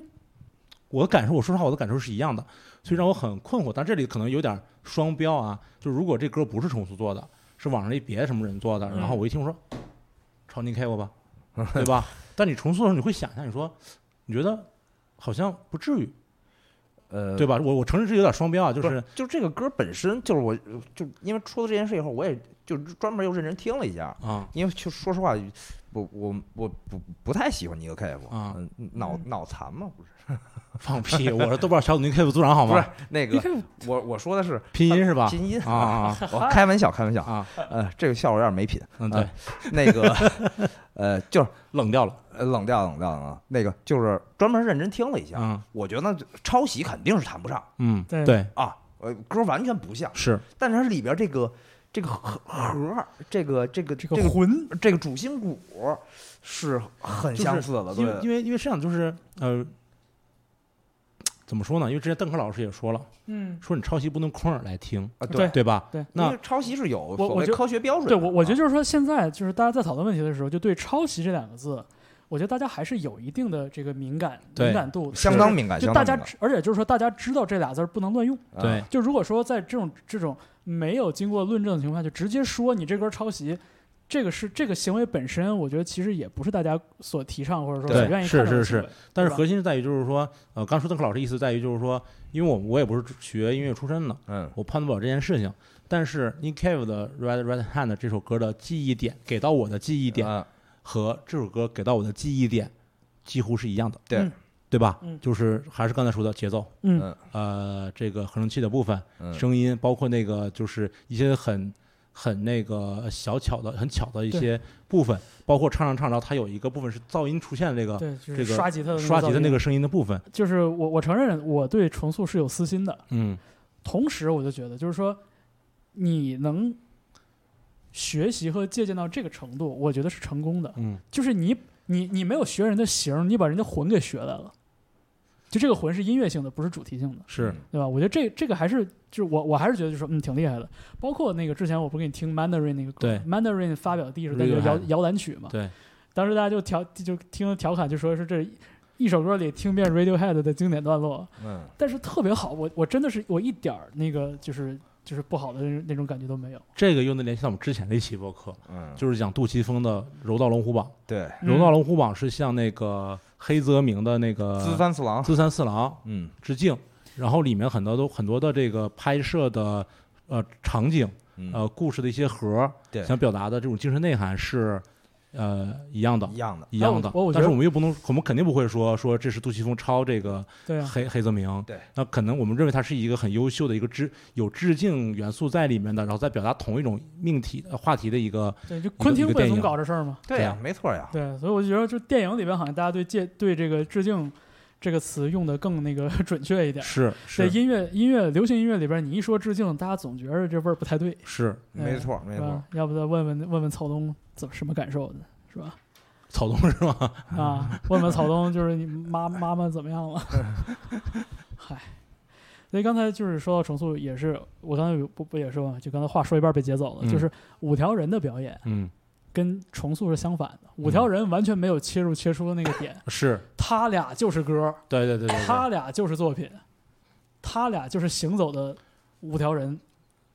A: 我的感受，我说实话我的感受是一样的，所以让我很困惑。但这里可能有点双标啊，就如果这歌不是重塑做的，是网上一别什么人做的，
C: 嗯
A: 然后我一听我说，抄 Nick Cave 吧，对吧？但你重塑的时候，你会想一下，你说你觉得好像不至于，嗯
B: 呃，
A: 对吧？我我承认这有点双标啊，就
B: 不
A: 是
B: 就这个歌本身就是我就因为出了这件事以后，我也就专门又认真听了一下，
A: 啊，
B: 因为就说实话，我我我不不太喜欢尼克凯夫
A: 啊，
B: 嗯脑
C: 嗯
B: 脑残嘛，不是
A: 放屁！我是豆瓣小组 Nick Cave 组长好
B: 不
A: 吗？
B: 是那
C: 你
B: 个，
C: 看
B: 我我说的是
A: 拼音是吧？
B: 拼音
A: 啊啊
B: 我开玩笑开玩笑，
A: 啊！
B: 呃，这个笑话有点没品，
A: 嗯，对
B: 啊，那个 呃就是
A: 冷掉了。
B: 呃冷掉冷掉啊，那个就是专门认真听了一下，
A: 嗯
B: 我觉得抄袭肯定是谈不上
A: 嗯，
C: 对
A: 对，
B: 啊，呃歌完全不像，
A: 是
B: 但是它里边这个这个盒盒儿这个这个
C: 这
B: 这
C: 个魂，
B: 这个主心骨是很
A: 就是
B: 相似的，
A: 因
B: 啊对
A: 为。因为因为这样就是呃，怎么说呢？因为之前邓肯老师也说了，
C: 嗯，
A: 说你抄袭不能空耳来听，
B: 啊，
C: 对
A: 对吧？
C: 对
A: 那
B: 因为抄袭是有
C: 我
B: 所
C: 我
B: 谓
C: 觉得
B: 科学标准的
C: 对
B: 啊。
C: 我我觉得就是说，现在就是大家在讨论问题的时候，就对抄袭这两个字，我觉得大家还是有一定的这个敏感
A: 对
C: 敏感度，
B: 啊相当敏感，
C: 就
B: 相
C: 大
B: 当
C: 家
B: 敏感
C: 知，而且就是说，大家知道这俩字儿不能乱用。
B: 啊
A: 对，
C: 就如果说在这种这种没有经过论证的情况下，就直接说你这歌抄袭，这个是这个行为本身，我觉得其实也不是大家所提倡或者说
A: 对
C: 所愿意
A: 是
C: 看到的
A: 是
C: 行为
A: 但是
C: 对吧
A: 核心是在于，就是说，呃，刚说邓克老师意思在于，就是说，因为我我也不是学音乐出身的，
B: 嗯，
A: 我判断不了这件事情。但是 Nick Cave 的《Red Red Hand》这首歌的记忆点，给到我的记忆
C: 嗯
A: 点
B: 啊
A: 和这首歌给到我的记忆点几乎是一样的，
B: 对
C: 嗯
A: 对吧？
C: 嗯
A: 就是还是刚才说的节奏，
C: 嗯
B: 嗯
A: 呃，这个合成器的部分，
B: 嗯
A: 声音，包括那个就是一些很很那个小巧的、很巧的一
C: 对
A: 些部分，包括唱唱唱，然后它有一个部分是噪音出现的这个
C: 对，就
A: 这
C: 是
A: 个
C: 刷吉他的
A: 刷
C: 嗯噪
A: 吉的那
C: 音
A: 个声音的部分，
C: 就是我我承认我对重塑是有私心的，
A: 嗯。
C: 同时我就觉得就是说你能学习和借鉴到这个程度，我觉得是成功的。
A: 嗯，
C: 就是你你你没有学人的形，你把人家魂给学来了。就这个魂是音乐性的，不是主题性的，
A: 是，
C: 对吧？我觉得这这个还是就是我我还是觉得就是说嗯挺厉害的。包括那个之前我不是给你听 Mandarin 那个歌
A: 对
C: ，Mandarin 发表的第一首单曲叫
A: Radiohead
C: 摇摇篮曲嘛，
A: 对，
C: 当时大家就调就听调侃就说是这一首歌里听遍 Radiohead 的经典段落，
B: 嗯，
C: 但是特别好，我我真的是我一点儿那个就是就是不好的那种那种感觉都没有。
A: 这个又能联系到我们之前的一期播客，
B: 嗯，
A: 就是讲杜琪峰的《柔道龙虎榜》。
B: 对，
A: 《
C: 嗯
A: 柔道龙虎榜》是向那个黑泽明的那个
B: 资三次郎，
A: 资三四郎
B: 嗯，
A: 致敬，然后里面很多都很多的这个拍摄的呃场景，
B: 嗯
A: 呃故事的一些核儿，
B: 对
A: 想表达的这种精神内涵是呃一样的
B: 一，样的，
A: 一样的
C: 哎我我。觉
A: 但
C: 得
A: 是我们又不能，我们肯定不会说说这是杜琪峰抄这个
C: 对啊，
A: 黑黑泽明，
B: 对，
A: 那可能我们认为它是一个很优秀的一个致有致敬元素在里面的，然后再表达同一种命题呃话题的一个，
C: 对，就昆汀
A: 一个
C: 不也
A: 电
C: 总
A: 影
C: 搞这事儿吗？
B: 对
A: 对
B: 呀
A: 啊，
B: 没错呀，
C: 对，所以我就觉得，就电影里边好像大家对借对这个致敬这个词用的更那个 准确一点。
A: 是
C: 在
A: 是
C: 音乐音乐流行音乐里边，你一说致敬，大家总觉得这味儿不太对，嗯
A: 是，
B: 没错没
C: 是
B: 错
C: 吧，？要不再问问问问曹东怎么什么感受的，是 吧？
A: 草东是吗？
C: 啊，问问曹东，就是你妈妈妈怎么样了？ 嗨，所以刚才就是说到重塑，也是我刚才有不不也说嘛，就刚才话说一半被截走了，
A: 嗯
C: 就是五条人的表演
A: 嗯，
C: 跟重塑是相反的，五条人完全没有切入切出那个点，
A: 是，
C: 他俩就是歌，
A: 对对对对对，
C: 他俩就是作品，他俩就是行走的五条人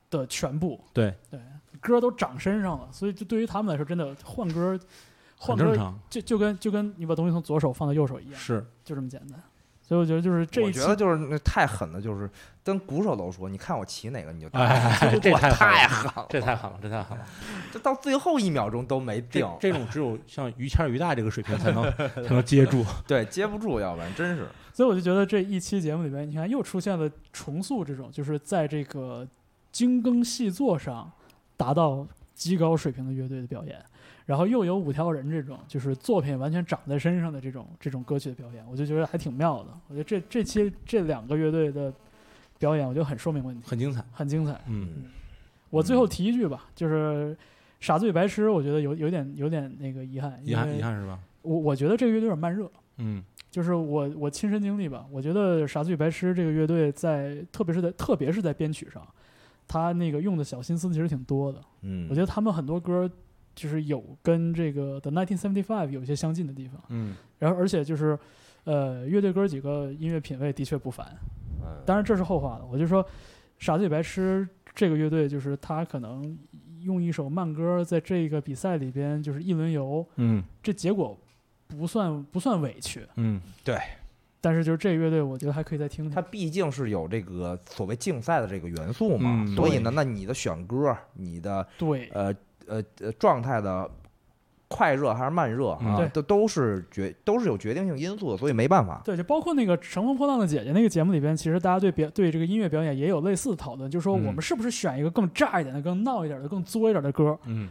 C: 的全部。
A: 对
C: 对，歌都长身上了，所以就对于他们来说，真的换歌，换
A: 很正
C: 歌
A: 常，
C: 就就跟就跟你把东西从左手放到右手一样，
A: 是
C: 就这么简单。所以我觉得就是这
B: 我
C: 一期
B: 觉得就是那太狠了，就是跟鼓手都说，你看我骑哪个你就打，
A: 哎这
B: 我
A: 太狠了
B: 太狠了，
A: 这太狠了，这太狠了。
B: 这到最后一秒钟都没定
A: 这，这种只有像于谦儿于大这个水平才 能才能接住。
B: 对，接不住，要不然真是，
C: 所以我就觉得这一期节目里边，你看又出现了重塑这种，就是在这个精耕细作上达到极高水平的乐队的表演，然后又有五条人这种，就是作品完全长在身上的这种这种歌曲的表演，我就觉得还挺妙的。我觉得这这期这两个乐队的表演，我觉得很说明问题，
A: 很精彩。
C: 很精彩。
A: 嗯，
B: 嗯，
C: 我最后提一句吧，就是。傻子与白痴，我觉得有有点有点那个遗憾，
A: 遗憾
C: 因为
A: 遗憾是吧？
C: 我我觉得这个乐队有点慢热，
A: 嗯
C: 就是我我亲身经历吧，我觉得傻子与白痴这个乐队在，特别是在特别是在编曲上，他那个用的小心思其实挺多的。
B: 嗯，
C: 我觉得他们很多歌就是有跟这个 The 1975有一些相近的地方，
A: 嗯，
C: 然后而且就是，呃，乐队哥几个音乐品味的确不凡，
B: 嗯
C: 当然这是后话了。我就说傻子与白痴这个乐队，就是他可能用一首慢歌在这个比赛里边就是一轮游，
A: 嗯
C: 这结果不算不算委屈。
A: 嗯，
C: 但是就是这个乐队，我觉得还可以再听听。
B: 它毕竟是有这个所谓竞赛的这个元素嘛，
A: 嗯
B: 所以呢，那你的选歌、你的
C: 对
B: 呃呃呃状态的快热还是慢热
A: 嗯
B: 啊，
C: 对
B: 都都是决都是有决定性因素的，所以没办法。
C: 对，就包括那个《乘风破浪的姐姐》那个节目里边，其实大家对表对这个音乐表演也有类似的讨论，就是说
A: 嗯
C: 我们是不是选一个更炸一点的、更闹一点的、更作一点的歌，
A: 嗯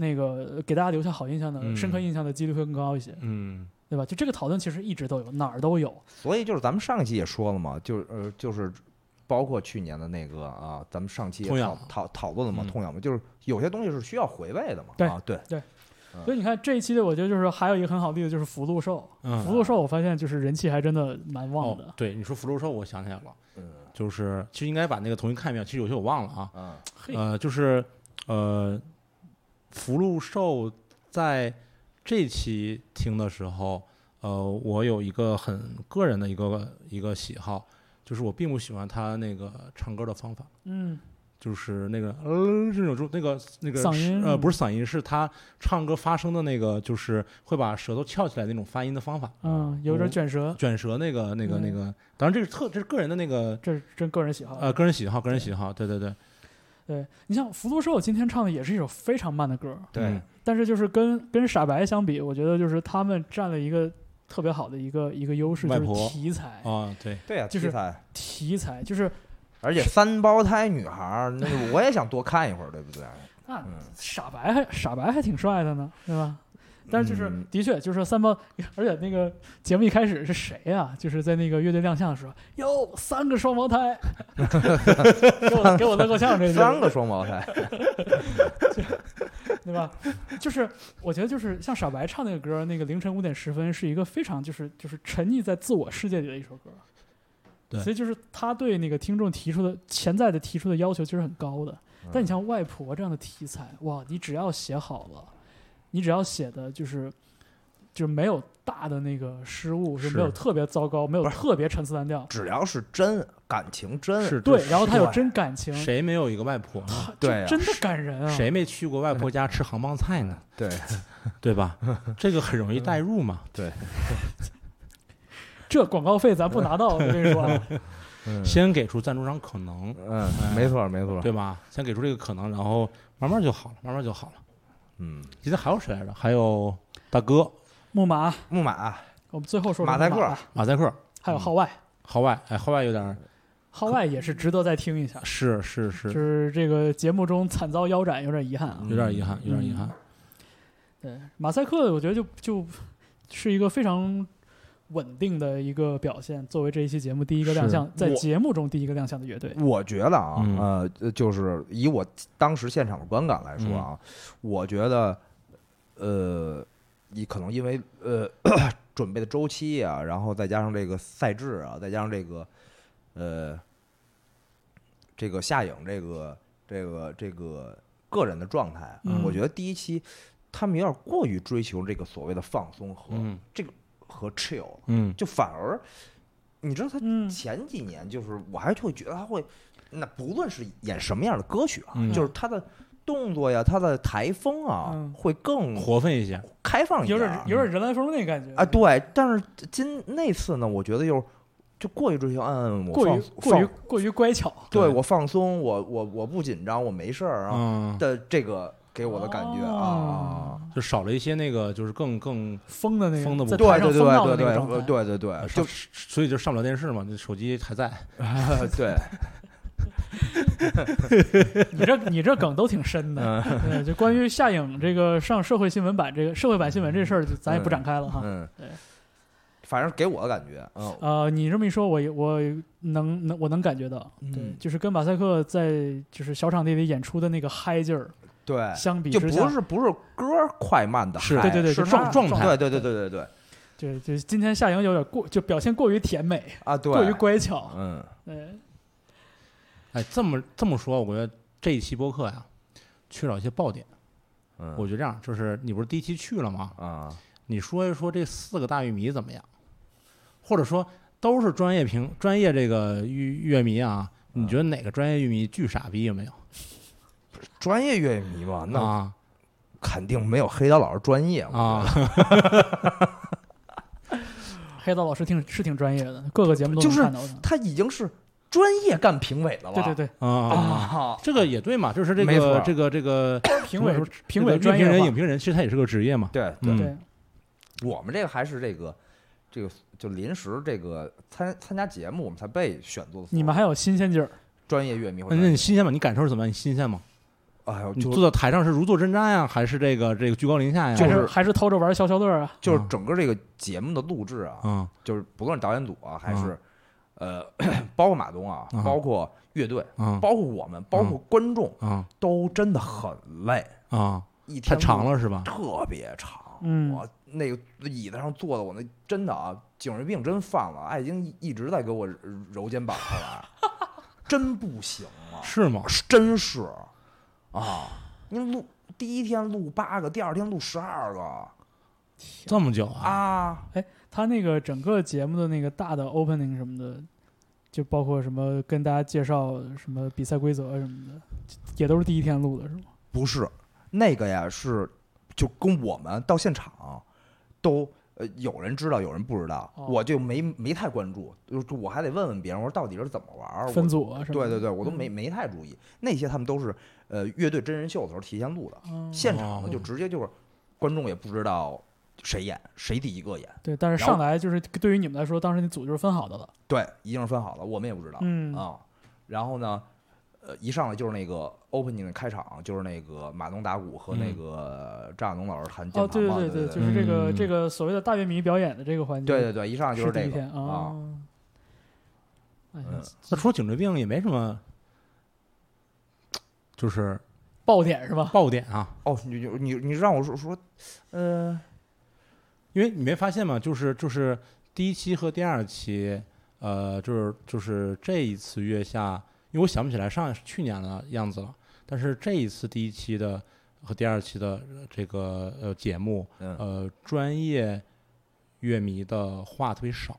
C: 那个呃给大家留下好印象的、
A: 嗯
C: 深刻印象的几率会更高一些，
A: 嗯
C: 对吧？就这个讨论其实一直都有，哪儿都有。
B: 所以就是咱们上一期也说了嘛，就是呃就是包括去年的那个啊，咱们上期
A: 痛
B: 也讨
A: 痒
B: 讨讨论了嘛，
A: 嗯
B: 痛痒嘛，就是有些东西是需要回味的嘛。
C: 对
B: 啊，对，嗯
C: 所以你看这一期的，我觉得就是还有一个很好的例子，就是福禄寿。
A: 嗯，
C: 福禄寿，我发现就是人气还真的蛮旺的
A: 哦。，对，你说福禄寿，我想起来了，
B: 嗯
A: 就是其实应该把那个重新看一遍，其实有些我忘了啊。
B: 啊，
C: 嘿，
A: 呃，就是呃，福禄寿在这期听的时候，呃，我有一个很个人的一个一个喜好，就是我并不喜欢他那个唱歌的方法。
C: 嗯，
A: 就是那个呃，这种就那个那个
C: 嗓
A: 是
C: 音
A: 呃，不是嗓音，是他唱歌发声的那个，就是会把舌头翘起来那种发音的方法，
C: 嗯，有点卷舌，
A: 卷舌那个那
C: 嗯
A: 个那个。当然，这是特这是个人的那个
C: 这是真个人喜好。
A: 呃个人喜好，个人喜好，对对对，
C: 对你像福禄寿今天唱的也是一首非常慢的歌，
B: 对，
A: 嗯
C: 但是就是跟跟傻白相比，我觉得就是他们占了一个特别好的一个一个优势，就
A: 外
C: 是
A: 婆
C: 题材，
A: 啊对，
B: 对啊，
C: 就
B: 题
C: 是
B: 材。
C: 题材就是
B: 而且三胞胎女孩儿，那个我也想多看一会儿，对不 对？
C: 那
B: 嗯
C: 傻白还傻白还挺帅的呢，对吧？但是就是
B: 嗯
C: 的确就是三胞， 而且那个节目一开始是谁呀、就是在那个乐队亮相的时候，哟，三个双胞胎， 给我给我乐够呛这一句
B: 三个双胞 胎，
C: 对吧？ 就是我觉得就是像傻白唱那个歌，那个凌晨五点十分是一个非常就是就是沉溺在自我世界里的一首歌。
A: 对
C: 所以就是他对那个听众提出的潜在的提出的要求其实很高的。
B: 嗯
C: 但你像外婆这样的题材，哇，你只要写好了，你只要写的就是就是没有大的那个失误，是没有
A: 是
C: 特别糟糕，没有
B: 不是
C: 特别陈词滥调。
B: 只要是真感情真，
A: 是
C: 对
A: 这，
C: 然后他有
B: 对
C: 真感情，
A: 谁没有一个外婆呢？
C: 他
B: 对啊
C: 真的感人啊！
A: 谁没去过外婆家吃杭帮菜呢？
B: 对，
A: 对吧？这个很容易代入嘛。
C: 这广告费咱不拿到，我跟你说 啊，
B: 嗯
A: 先给出赞助商可能，
B: 嗯，没错没错，
A: 对吧？先给出这个可能，然后慢慢就好了，慢慢就好了。
B: 嗯，
A: 今天还有谁来着？还有大哥
C: 木马，
B: 木马啊
C: 我们最后说说
B: 马赛克
C: 木吧
A: 马赛克、
C: 还
B: 嗯
C: 有号外，
A: 号外，哎，号外有点儿
C: 号外也是值得再听一下。
A: 是是，
C: 就是是这个节目中惨遭腰斩，有点遗憾
B: 嗯
C: 啊。
A: 有点遗憾，有点遗憾。
C: 对，马赛克我觉得就就是一个非常稳定的一个表现，作为这一期节目第一个亮相，
B: 是
C: 在
B: 我
C: 节目中第一个亮相的乐队。
B: 我觉得啊，
A: 嗯
B: 呃呃，就是以我当时现场的观感来说啊，
A: 嗯
B: 我觉得，呃，你可能因为呃 准备的周期啊，然后再加上这个赛制啊，再加上这个呃这个夏颖这个这个这个个人的状态，
C: 嗯
B: 我觉得第一期他们有点过于追求这个所谓的放松和、
A: 嗯
B: 和 chill，
A: 嗯，
B: 就反而你知道他
C: 嗯
B: 前几年就是我还会觉得他会，那不论是演什么样的歌曲啊，
A: 嗯
B: 就是他的动作呀，他的台风啊，
C: 嗯
B: 会更
A: 活分一些。
B: 开放一
C: 有
B: 点
C: 点
B: 儿
C: 有点人来疯那感觉
B: 啊。对，但是今那次呢，我觉得又就过于追求，嗯，我
C: 过
B: 放
C: 于过于
B: 放
C: 过于乖巧。
B: 对
A: 对
B: 我放松，我我我不紧张，我没事儿啊
A: 嗯，
B: 的这个给我的感觉
C: 哦
B: 啊。
A: 就少了一些那个，就是更更，
C: 疯的那个，
A: 疯的
C: 在
A: 啊
B: 对
C: 台上
B: 对对
C: 疯闹的
B: 对
C: 那个
B: 对
C: 状态
B: 呃对对 对，
A: 上
B: 就
A: 所以就上不了电视嘛，那手机还在。
C: 啊
B: 对，
C: 你这你这梗都挺深的。
B: 嗯
C: 对，就关于夏颖这个上社会新闻版这个社会版新闻这事儿，就咱也不展开了哈。
B: 嗯
C: 对，
B: 反正给我的感觉，嗯，
C: 呃，你这么一说，我也我能能我能感觉到，对
B: 嗯，
C: 就是跟马赛克在就是小场地里演出的那个嗨劲儿
B: 对，
C: 相比
B: 哎就
C: 之下，
B: 不是不是歌儿快慢的嗨，
A: 是
C: 对对对
B: 是
C: 就
B: 他
A: 状状态
B: 对对对对对对
C: 就就今天夏颖有点过，就表现过于甜美，
B: 啊，对，
C: 过于乖巧，
B: 嗯
C: 对，
A: 哎，这么这么说，我觉得这一期播客呀，缺少一些爆点。
B: 嗯，
A: 我觉得这样，就是你不是第一期去了吗？
B: 啊，
A: 你说一说这四个大玉米怎么样？或者说都是专业评专业这个玉乐迷啊，你觉得哪个专业玉迷巨傻逼有啊没有？
B: 专业乐迷嘛，那
A: 啊
B: 肯定没有黑刀老师专业嘛。
A: 啊，
C: 哎黑道老师挺是挺专业的，各个节目都
B: 就
C: 能
B: 是
C: 看到他。
B: 他已经是专业干评委的了，
C: 对对对，
A: 啊啊！
B: 啊，
A: 这个也对嘛，就是这
B: 没错
A: 个这个这个
C: 评委
A: 什么
C: 评
A: 这
C: 委
A: 个乐
C: 专
A: 评
C: 业
A: 人、
C: 化
A: 影评人，其实他也是个职业嘛。
B: 对对，
A: 嗯
C: 对，
B: 我们这个还是这个这个就临时这个参参加节目，我们才被选做的。
C: 你们还有新鲜劲儿，
B: 专业乐迷会
A: 那
B: 专业？
A: 那你新鲜吗？你感受是怎么样？你新鲜吗？
B: 哎呦，
A: 嗯你
B: 就
A: 坐到台上是如坐针毡呀，还是这个这个居高临下呀？
C: 还
B: 就是
C: 是还是偷着玩消消乐啊？
B: 就是整个这个节目的录制啊，
A: 啊
B: 就是不论是导演组啊，还
A: 嗯
B: 是、呃， 包括马东啊，
A: 嗯
B: 包括乐队，
A: 啊
B: 包括我们，包括观众，
A: 啊
B: 都真的很累，
A: 啊！
B: 一天
A: 太长
B: 录
A: 了是吧？
B: 特别长。
C: 嗯
B: 我那个椅子上坐的，我那真的啊，颈椎病真犯了，爱京一直在给我揉肩膀上来，真不行啊，
A: 是吗？
B: 真是啊，您录第一天录八个，第二天录十二个
A: 这么久啊？
B: 啊，
C: 他那个整个节目的那个大的 opening 什么的，就包括什么跟大家介绍什么比赛规则什么的，也都是第一天录的，是吗？
B: 不是，那个呀是就跟我们到现场都呃有人知道，有人不知道，
C: 哦
B: 我就没没太关注，就是我还得问问别人，我说到底是怎么玩儿。
C: 分
B: 我
C: 组啊什么
B: 对对
C: 的？
B: 对，我都没没太注意，那些他们都是呃乐队真人秀的时候提前录的，
C: 嗯。
B: 现场的
A: 哦
B: 就直接就是观众也不知道谁演谁第一个演，
C: 对，但是
B: 然后
C: 上来就是对于你们来说，当时那组就是分好的了。
B: 对，一定是分好了，我们也不知道。
C: 嗯
B: 啊，然后呢，呃，一上来就是那个 opening 的开场，就是那个马东打鼓和那
A: 嗯
B: 个张亚东老师弹键
C: 哦，
B: 盘
C: 对
B: 嘛，
C: 对
B: 对
C: 对，就
B: 对
C: 是这个
A: 嗯
C: 这个所谓的大乐迷表演的这个环节，
B: 对对对，一上来就是是
C: 第
B: 这
C: 一天
B: 个啊，
C: 哦哎呀
B: 嗯
A: 那除了颈椎病也没什么，就是
C: 爆点是吧？
A: 爆点啊，
B: 哦，你就你你让我说说，呃，
A: 因为你没发现吗？就是就是第一期和第二期，呃，就是就是这一次月下，因为我想不起来上去年的样子了，但是这一次第一期的和第二期的这个呃节目，
C: 啊
B: 嗯
A: 呃，专业乐迷的话特别少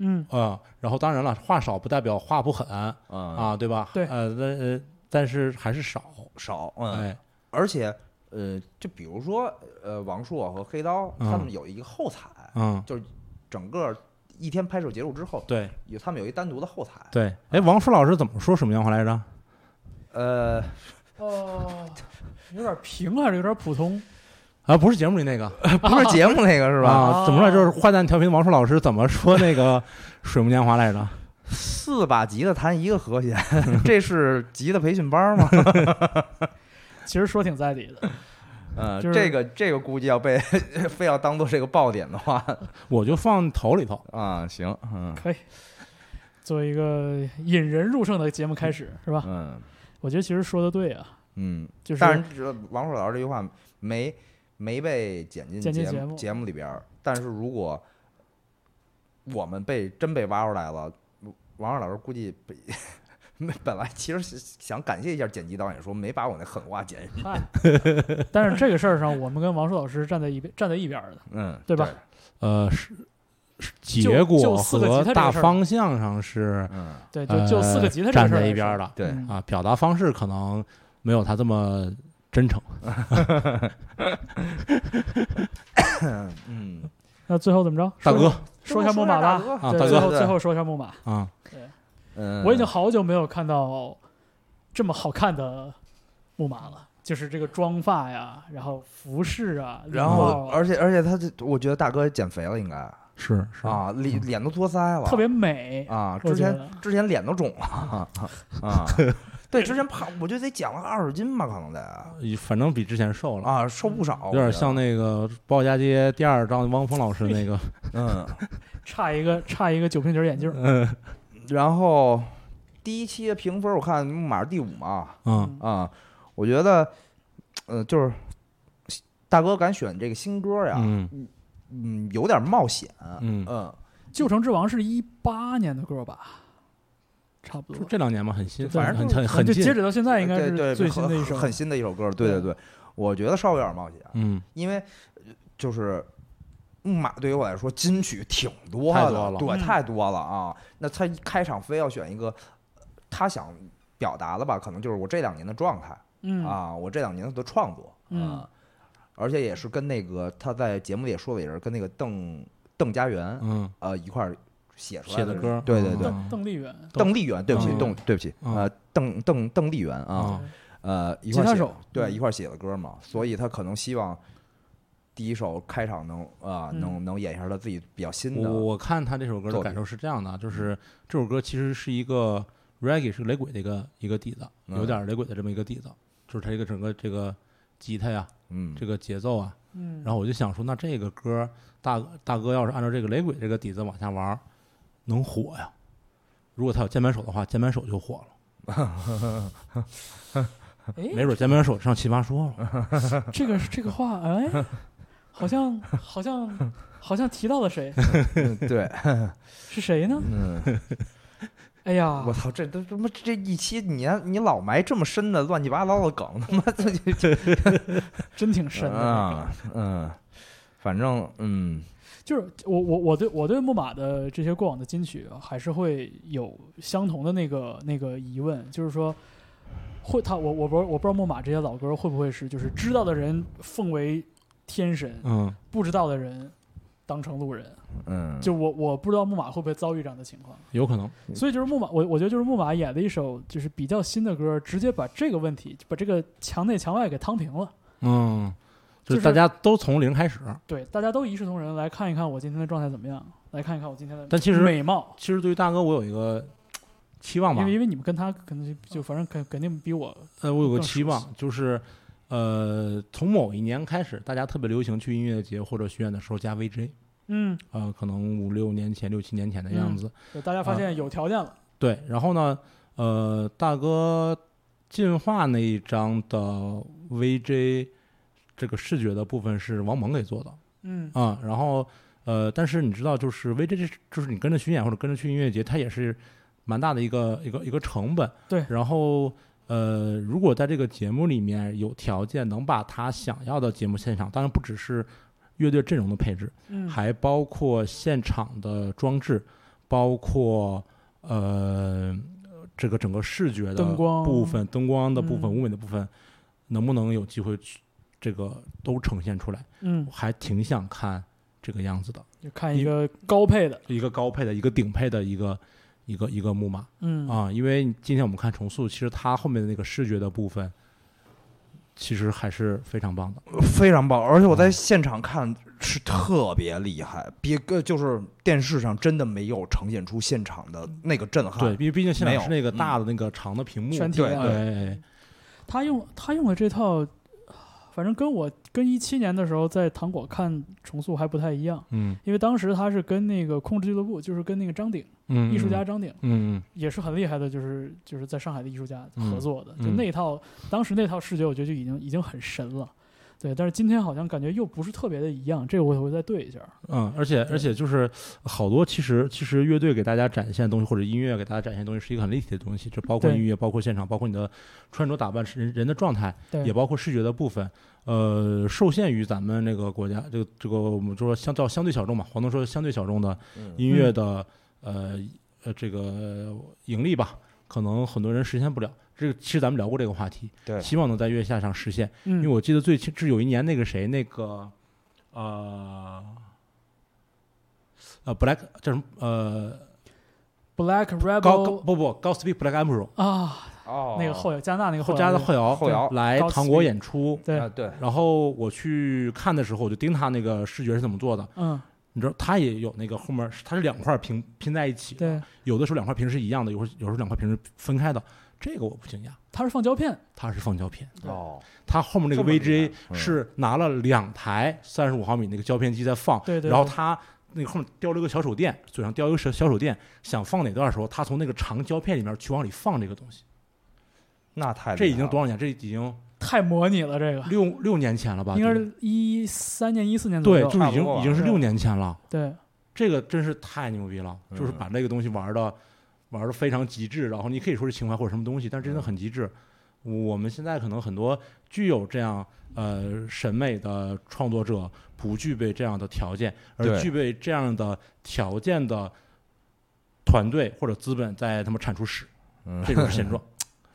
C: 嗯
A: 啊、然后当然了，话少不代表话不狠啊，
B: 啊
A: 对吧？
C: 对
A: 呃，那呃，但是还是少。
B: 少嗯，
A: 哎，
B: 而且呃，就比如说呃，王朔和黑刀
A: 嗯
B: 他们有一个后采，
A: 嗯，
B: 整个一天拍摄结束之后，
A: 对
B: 有他们有一单独的后采，
A: 对。哎，王舒老师怎么说什么样话来着？
B: 呃，
C: 哦，有点平还是有点普通？
A: 啊，不是节目里那个
B: 不是节目那个是
A: 是
B: 吧？
A: 啊、怎么说？就是坏蛋调频王舒老师怎么说那个 水木年华来着？
B: 四把吉他弹一个和弦， 这是吉他培训班吗？
C: 其实说挺在理的。
B: 嗯，
C: 就是
B: 这个这个估计要被 非要当做这个爆点的话
A: 我就放头里头。
B: 啊，行，嗯
C: 作为一个引人入胜的节目开始，是吧？
B: 嗯
C: 我觉得其实说的对啊，
B: 嗯，
C: 就是
B: 但是这王朔老师这句话没没被剪进
C: 剪进
B: 节
C: 节
B: 目
C: 目
B: 节目里边儿，但是如果我们被真被挖出来了，王朔老师估计被。 本来其实是想感谢一下剪辑导演，说没把我那狠话剪进去，
C: 嗨，但是这个事儿上，我们跟王朔老师站在一边，站在一边儿的。
B: 嗯，
C: 对吧
A: 呃，是是
C: 就
A: 结
C: 就
A: 果
C: 四个吉
A: 和
C: 他这个
A: 大
C: 事儿
A: 方向上是
B: 嗯，
C: 对，就就四个吉他
A: 呃
C: 这
A: 站
C: 个事儿
A: 在一边儿
C: 的。
A: 的
B: 对，
C: 嗯
A: 啊，表达方式可能没有他这么真诚。
B: 嗯，
C: 那最后怎么着？
A: 大
C: 说
A: 哥
C: 一下，说一下木马吧。
B: 吧
A: 啊
C: 对
A: 大
C: 最
A: 哥
C: 后最后说一下木马。
A: 啊，
B: 嗯，
C: 我已经好久没有看到这么好看的木马了，就是这个妆发呀，然后服饰啊，
B: 然
C: 礼
B: 后
C: 貌，啊
B: 而且而且他这，我觉得大哥减肥了，应该
A: 是是，
B: 啊，脸脸都多腮了，
C: 嗯特别美。
B: 啊，
C: 我
B: 之
C: 觉得
B: 前之前脸都肿了啊 啊，对，之前胖，我觉得得减了二十斤吧，可能得
A: 反正比之前瘦了，
B: 啊，瘦不
C: 哦
B: 少，
A: 有点像那个《鲍家街》第二章汪峰老师那个，
B: 我觉得嗯，
C: 差一个差一个酒瓶底儿眼镜儿。
A: 嗯
B: 然后第一期的评分我看木马是第五嘛，
A: 嗯
B: 啊，我觉得，呃，就是大哥敢选这个新歌
C: 啊
B: 呀，
A: 嗯
B: 嗯，有点冒险，
A: 嗯，
B: 嗯，
C: 旧城之王是一八年的歌吧，差不
A: 就
C: 多。
A: 这两年嘛，很新，
C: 对
A: 反正很很很
C: 就截
A: 近，
C: 止到现在应该
B: 呃对对
C: 是最新的一首
B: 很，很新的一首歌，对对
C: 对
B: 对，我觉得稍微有点冒险，
A: 嗯，
B: 因为呃就是木马对于我来说金曲挺多
A: 太
B: 的，
A: 多了
B: 对，
C: 嗯
B: 太多了啊。那他一开场非要选一个呃他想表达的吧，可能就是我这两年的状态、
C: 嗯，
B: 啊，我这两年的创作
C: 嗯
B: 啊，而且也是跟那个他在节目里也说的，也是跟那个邓邓家园、
A: 嗯，
B: 呃一块儿写出来
A: 写的歌，
B: 对对对。
C: 邓邓丽媛，
B: 邓丽媛，对不起，
A: 嗯
B: 邓，对不起，
A: 嗯
B: 呃，邓邓邓丽媛啊，呃，一块
C: 吉
B: 儿
C: 他
B: 写
C: 手
B: 对
C: 嗯
B: 一块儿写的歌嘛，所以他可能希望第一首开场能啊、
C: 嗯
B: 能能演一下他自己比较新
A: 我
C: 哦
B: 的，
A: 我看他这首歌的感受是这样的，就是这首歌其实是一个 reggae 是雷鬼的一个一个底子，
B: 嗯
A: 有点雷鬼的这么一个底子，就是它一个整个这个吉他呀，
B: 嗯，
A: 这个节奏啊，
C: 嗯，
A: 然后我就想说，那这个歌大大哥要是按照这个雷鬼这个底子往下玩儿，能火呀？如果他有键盘手的话，键盘手就火了，没
C: 哎，
A: 准键盘手上奇葩说了，
C: 这个这个话，哎，好像好像好像提到了谁，
B: 嗯 对，
C: 是谁呢？
B: 嗯，
C: 哎呀
B: 我，操，这都他妈这一期你你老埋这么深的乱七八糟的梗，他妈自己
C: 真挺深的。
B: 啊，嗯，反正嗯
C: 就是我我我对我对木马的这些过往的金曲啊还是会有相同的那个那个疑问，就是说。会他我我不我不知道木马这些老歌会不会是就是知道的人奉为天神，
A: 嗯
C: 不知道的人当成路人。
B: 嗯，
C: 就我我不知道木马会不会遭遇这样的情况，
A: 有可能，
C: 所以就是木马，我我觉得就是木马演了一首就是比较新的歌，直接把这个问题，把这个墙内墙外给趟平了。
A: 嗯，就
C: 就是是
A: 大家都从零开始。
C: 对，大家都一视同仁，来看一看我今天的状态怎么样，来看一看我今天的
A: 但其实
C: 美貌，
A: 其实对于大哥，我有一个期望吧
C: 因为，因为你们跟他可能就就反正肯肯定比我
A: 呃，我有个
C: 更
A: 期
C: 熟
A: 望就是，呃，从某一年开始，大家特别流行去音乐节或者巡演的时候加 VJ，
C: 嗯，
A: 呃，可能五六年前、六七年前的样
C: 嗯
A: 子。
C: 就大家
A: 啊
C: 发现有条件了，
A: 对，然后呢，呃，大哥进化那一张的 VJ 这个视觉的部分是王蒙给做的
C: 嗯
A: 啊、然后呃，但是你知道，就是 VJ 这就是你跟着巡演或者跟着去音乐节，它也是蛮大的一个一个一个成本。
C: 对
A: 然后呃，如果在这个节目里面有条件能把他想要的节目现场，当然不只是乐队阵容的配置，
C: 嗯，
A: 还包括现场的装置，包括呃这个整个视觉的
C: 灯光
A: 部分、灯光的部分、
C: 嗯
A: 舞美的部分，能不能有机会去这个都呈现出来？
C: 嗯，
A: 还挺想看这个样子的，
C: 就看一个高配的，
A: 一个高配的，一个顶配的，一个一个一个木马
C: 嗯，
A: 啊，因为今天我们看重塑，其实它后面的那个视觉的部分，其实还是非常棒的。
B: 非常棒，而且我在现场看是特别厉害，比呃就是电视上真的没有呈现出现场的那个震撼。
A: 对，，因为毕竟现
B: 没
A: 场
B: 有
A: 是那个大的那个长的屏幕，
C: 全体
B: 对
C: 量
A: 对，哎
C: 啊他用他用的这套，反正跟我跟一七年的时候在糖果看重塑还不太一样，
A: 嗯
C: 因为当时他是跟那个控制俱乐部，就是跟那个张鼎、
A: 嗯，
C: 艺术家张鼎，
A: 嗯，
C: 也是很厉害的，就是就是在上海的艺术家
A: 嗯
C: 合作的，
A: 嗯
C: 就那一套当时那套视觉，我觉得就已经已经很神了。对，但是今天好像感觉又不是特别的一样，这个我我会再对一下。
A: 嗯嗯，而且而且就是好多其实其实乐队给大家展现的东西，或者音乐给大家展现的东西，是一个很立体的东西，就包括
C: 对
A: 音乐，包括现场，包括你的穿着打扮，人人的状态，
C: 对，
A: 也包括视觉的部分。呃，受限于咱们那个国家，这个这个我们就说相较相对小众嘛，黄东说相对小众的
B: 嗯
A: 音乐的、呃呃这个呃盈利吧，可能很多人实现不了。这个其实咱们聊过这个话题，
B: 对
A: 希望能在月下上实现。
C: 嗯，
A: 因为我记得最清是有一年那个谁那个呃呃 Black 叫什么呃
C: Black
A: 高高
C: Rebel
A: 不不高 Speed Black Emperor
C: 啊，
B: 哦
C: 那个后摇加拿大那个
A: 后加的
C: 后
A: 后摇
B: 后摇
A: 来
C: 高
A: 糖果
C: Speed
A: 演出。
C: 对
B: 啊，对，
A: 然后我去看的时候，我就盯他那个视觉是怎么做的。
C: 嗯，
A: 你知道，他也有那个后面，它是两块屏拼在一起的，
C: 对，
A: 有的时候两块屏是一样的，有时候有时候两块屏是分开的。这个我不惊讶，
C: 他是放胶片，
A: 它是放胶片，
B: 哦，
A: 它后面那个
B: 这么厉害
A: VGA
B: 嗯
A: 是拿了两台三十五毫米那个胶片机在放，
C: 对对
A: 然后
C: 对
A: 它那个后面叼了个小手电，嘴上叼一个小小手电，想放哪段的时候，它从那个长胶片里面去往里放这个东西。
B: 那太
A: 这已经多
B: 多
A: 少年？这已经
C: 太模拟了，这个
A: 六六年前了吧？
C: 应该是一三年一四年左
A: 对，
C: 右，
A: 就是已
B: 差不多
A: 经
B: 吧
A: 已经是六年前了。
C: 对
A: 这个真是太牛逼了，
B: 嗯
A: 就是把这个东西玩的玩的非常极致，然后你可以说是情怀或者什么东西，但是真
B: 嗯
A: 的很极致。我们现在可能很多具有这样呃审美的创作者不具备这样的条件，而
B: 对
A: 具备这样的条件的团队或者资本在他们产出屎，
B: 嗯
A: 这种现状。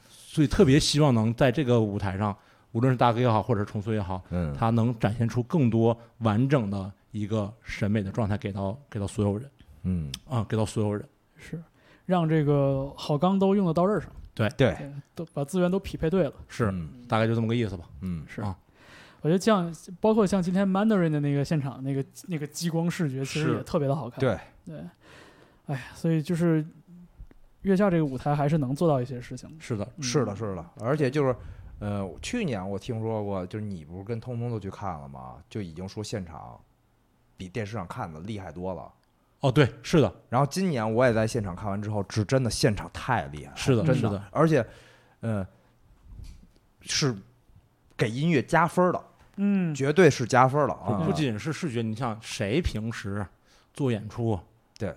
A: 所以特别希望能在这个舞台上，无论是大哥也好，或者是重塑也好，
B: 嗯，
A: 它能展现出更多完整的一个审美的状态给到给到所有人
B: 嗯，
A: 啊、给到所有人。
C: 是让这个好钢都用得到刃上，
B: 对，
C: 对，都把资源都匹配对了。
A: 是，
B: 嗯
A: 大概就这么个意思吧。
B: 嗯，
C: 是
A: 啊
C: 我觉得像包括像今天 Mandarin 的那个现场那个那个激光视觉，其实
A: 是
C: 也特别的好看。
B: 对
C: 对，哎，所以就是月下这个舞台还是能做到一些事情的。
A: 是的，
C: 嗯
B: 是的，，是的，而且就是。呃，去年我听说过，就是你不是跟通通都去看了吗？就已经说现场比电视上看的厉害多了。
A: 哦，对，是的，
B: 然后今年我也在现场看完之后，是真的现场太厉害了，
A: 是的，
B: 真
A: 是的，
B: 而且，呃，是给音乐加分的，
C: 嗯，
B: 绝对是加分的
A: 不
B: 啊！
A: 不仅是视觉，你像谁平时做演出，
B: 对，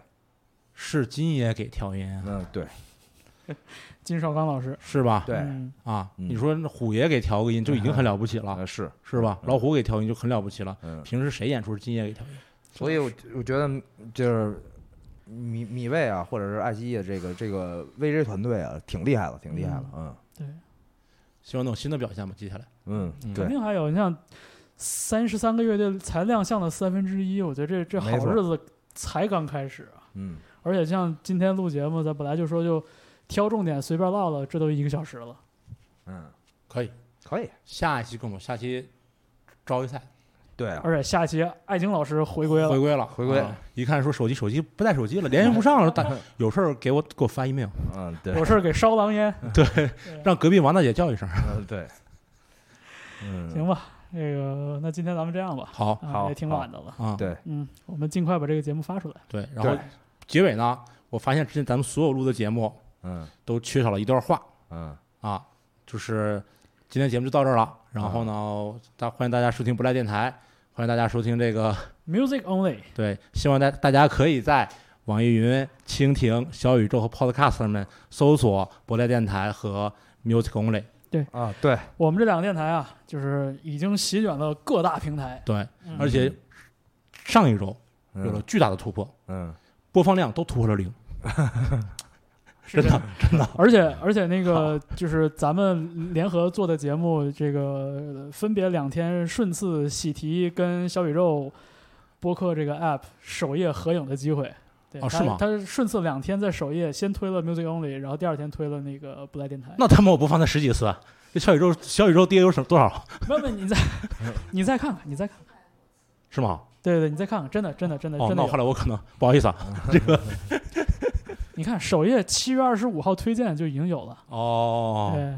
A: 是金爷给调音啊，
B: 嗯，对
C: 金少刚老师，
A: 是吧？
B: 对，
C: 嗯
A: 啊，
B: 嗯
A: 你说那虎爷给调个音就已经很了不起了，
B: 呃是，
A: 是吧？
B: 嗯
A: 老虎给调音就很了不起了。
B: 嗯，
A: 平时谁演出是金爷给调音？
B: 所以我我觉得就是米米未啊，或者是爱奇艺的这个这个 VJ 团队啊，挺厉害的，挺厉害的，嗯
C: 对，
A: 希望能有新的表现吧。接下来，
B: 嗯，
A: 嗯
B: 对
C: 肯，定还有你像三十三个乐队才亮相的三分之一，我觉得这这
B: 没
C: 好
B: 错
C: 日子才刚开始啊！
B: 嗯，
C: 而且像今天录节目，咱本来就说就挑重点随便唠唠，这都一个小时了。
B: 嗯，
A: 可以，
B: 可以，
A: 下一期更多，下期招一赛。
B: 对啊，
C: 而且下期艾晶老师回归了，
A: 回归了，
B: 回归
A: 啊一看说手机手机不带手机了，联系不上了， 但有事儿给我给我发 email，
B: 嗯，对，
C: 有事儿给烧狼烟，
A: 让隔壁王大姐叫一声。
B: 嗯对，嗯，
C: 行吧？那个，那今天咱们这样吧，
A: 好
C: 啊、
B: 好
C: 也挺
B: 好
C: 晚的了，
A: 啊，
B: 对
C: 嗯，我们尽快把这个节目发出来。
A: 对，然后结尾呢，我发现之前咱们所有录的节目
B: 嗯
A: 都缺少了一段话
B: 嗯，
A: 啊，就是今天节目就到这儿了。然后呢，大欢迎大家收听不赖电台，欢迎大家收听这个
C: Music only，
A: 对，希望大大家可以在网易云、蜻蜓、小宇宙和 Podcast 上面搜索“不赖电台”和 music only。
B: 啊，对，
C: 我们这两个电台啊，就是已经席卷了各大平台，
A: 对，
C: 嗯
A: 而且上一周
B: 有
A: 有了，巨大的突破，
B: 嗯，
A: 播放量都突破了 零，
C: 是
A: 真的真的。
C: 而且而且那个就是咱们联合做的节目，这个分别两天顺次喜提跟小宇宙播客这个 app 首页合影的机会。对，
A: 哦
C: 它
A: 是吗
C: 它顺次两天在首页先推了 Music Only，然后第二天推了那个不来电台。
A: 那他妈我播放才十几次啊，这小宇宙小宇宙跌有什多少
C: 没有，没有 你再你再看看，你再看看，
A: 是吗？
C: 对对，你再看看，真的真的真的
A: 哦，
C: 真
A: 那
C: 的
A: 我后
C: 有。
A: 来我可能不好意思
B: 嗯
A: 啊。
C: 你看首页七月二十五号推荐就已经有了，
A: 哦，
C: 对，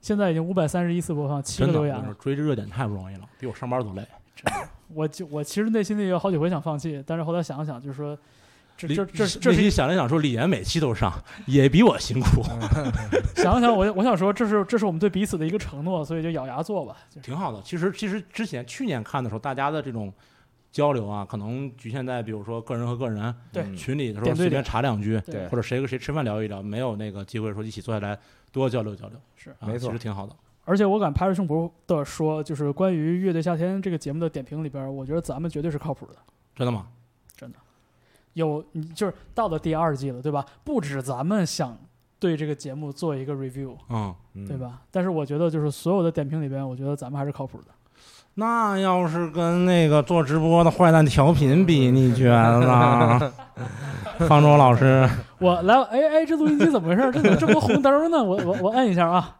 C: 现在已经五百三十一次播放，七
A: 真
C: 个
A: 的，
C: 留
A: 我
C: 言
A: 跟你
C: 了
A: 说。追这热点太不容易了，比我上班都累。
C: 我就我其实内心里有好几回想放弃，但是后来想了想，就是说，这
A: 李
C: 这 这
A: 李
C: 这
A: 李
C: 是嗯
A: 琦想了想说，李岩每期都上，也比我辛苦，
C: 想了想，我我想说，这是这是我们对彼此的一个承诺，所以就咬牙做吧。就是
A: 挺好的。其实其实之前去年看的时候，大家的这种交流啊，可能局限在比如说个人和个人，
C: 对
B: 嗯
A: 群里的时候
C: 点对
A: 随便
C: 点
A: 查两句，
C: 对
B: 对
A: 或者谁跟谁吃饭聊一聊，没有那个机会说一起坐下来多交流交流。
C: 是
A: 啊
B: 没错
A: 其实挺好的。
C: 而且我敢拍着胸脯的说，就是关于《乐队夏天》这个节目的点评里边，我觉得咱们绝对是靠谱的。
A: 真的吗？
C: 有你就是到了第二季了，对吧？不止咱们想对这个节目做一个 review，
A: 嗯，
B: 嗯
C: 对？吧？但是我觉得就是所有的点评里边，我觉得咱们还是靠谱的。
A: 那要是跟那个做直播的坏蛋调频比，你觉得 呢？方舟老师，
C: 我来，哎哎，这录音机怎么回事？这怎么这么红灯呢？我我我按一下啊。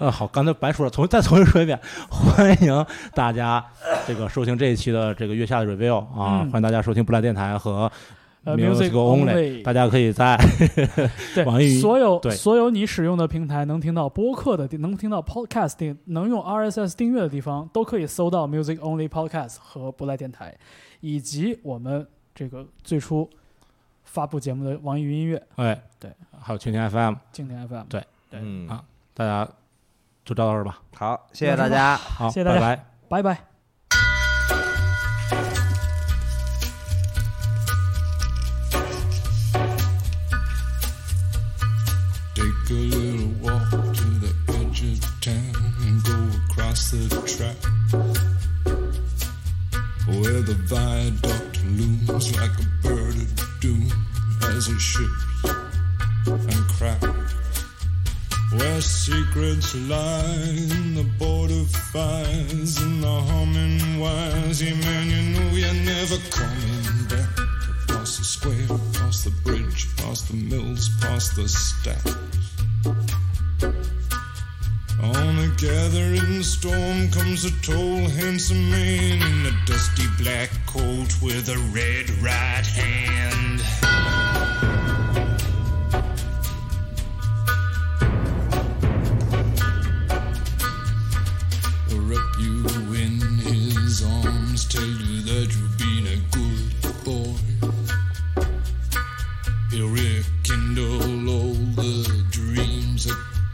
A: 呃，好，刚才白说了，重再重新说一遍，欢迎大家这个收听这一期的这个月下的 review 啊，
C: 嗯
A: 欢迎大家收听不来电台和
C: 呃
A: Music
C: ，Music
A: Only，
C: Only，
A: 大家可以在
C: 对
A: 网易云
C: 所有
A: 对
C: 所有你使用的平台能听到播客的地，能听到 Podcast 订，能用 RSS 订阅的地方，都可以搜到 Music Only Podcast 和不赖电台，以及我们这个最初发布节目的网易云音乐、
A: 哎
C: 对，
A: 还有蜻蜓 FM，
C: 蜻蜓 FM。
A: 对
C: 对，
B: 嗯
A: 啊，大家就到这儿吧，
B: 好，谢谢大家。
A: 好，
C: 谢谢大家
A: 拜拜。
C: 拜拜。
D: Take a little walk to the edge of town and go across the track where the viaduct looms like a bird of doom as it shifts and cracks. Where secrets lie in the border fires and the humming wires. Yeah, man, you know you're never coming back. Across the square, past the bridge, past the mills, past the stacks. On a gathering storm comes a tall, handsome man in a dusty black coat with a red right hand. Wrap you in his arms, tell you that you've been a good boy. He'll rekindle all the dreams that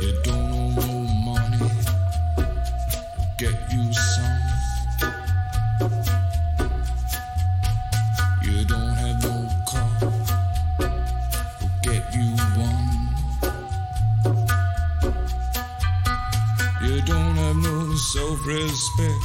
D: You don't owe no money, he'll get you some. You don't have no car get you one. You don't have no self respect,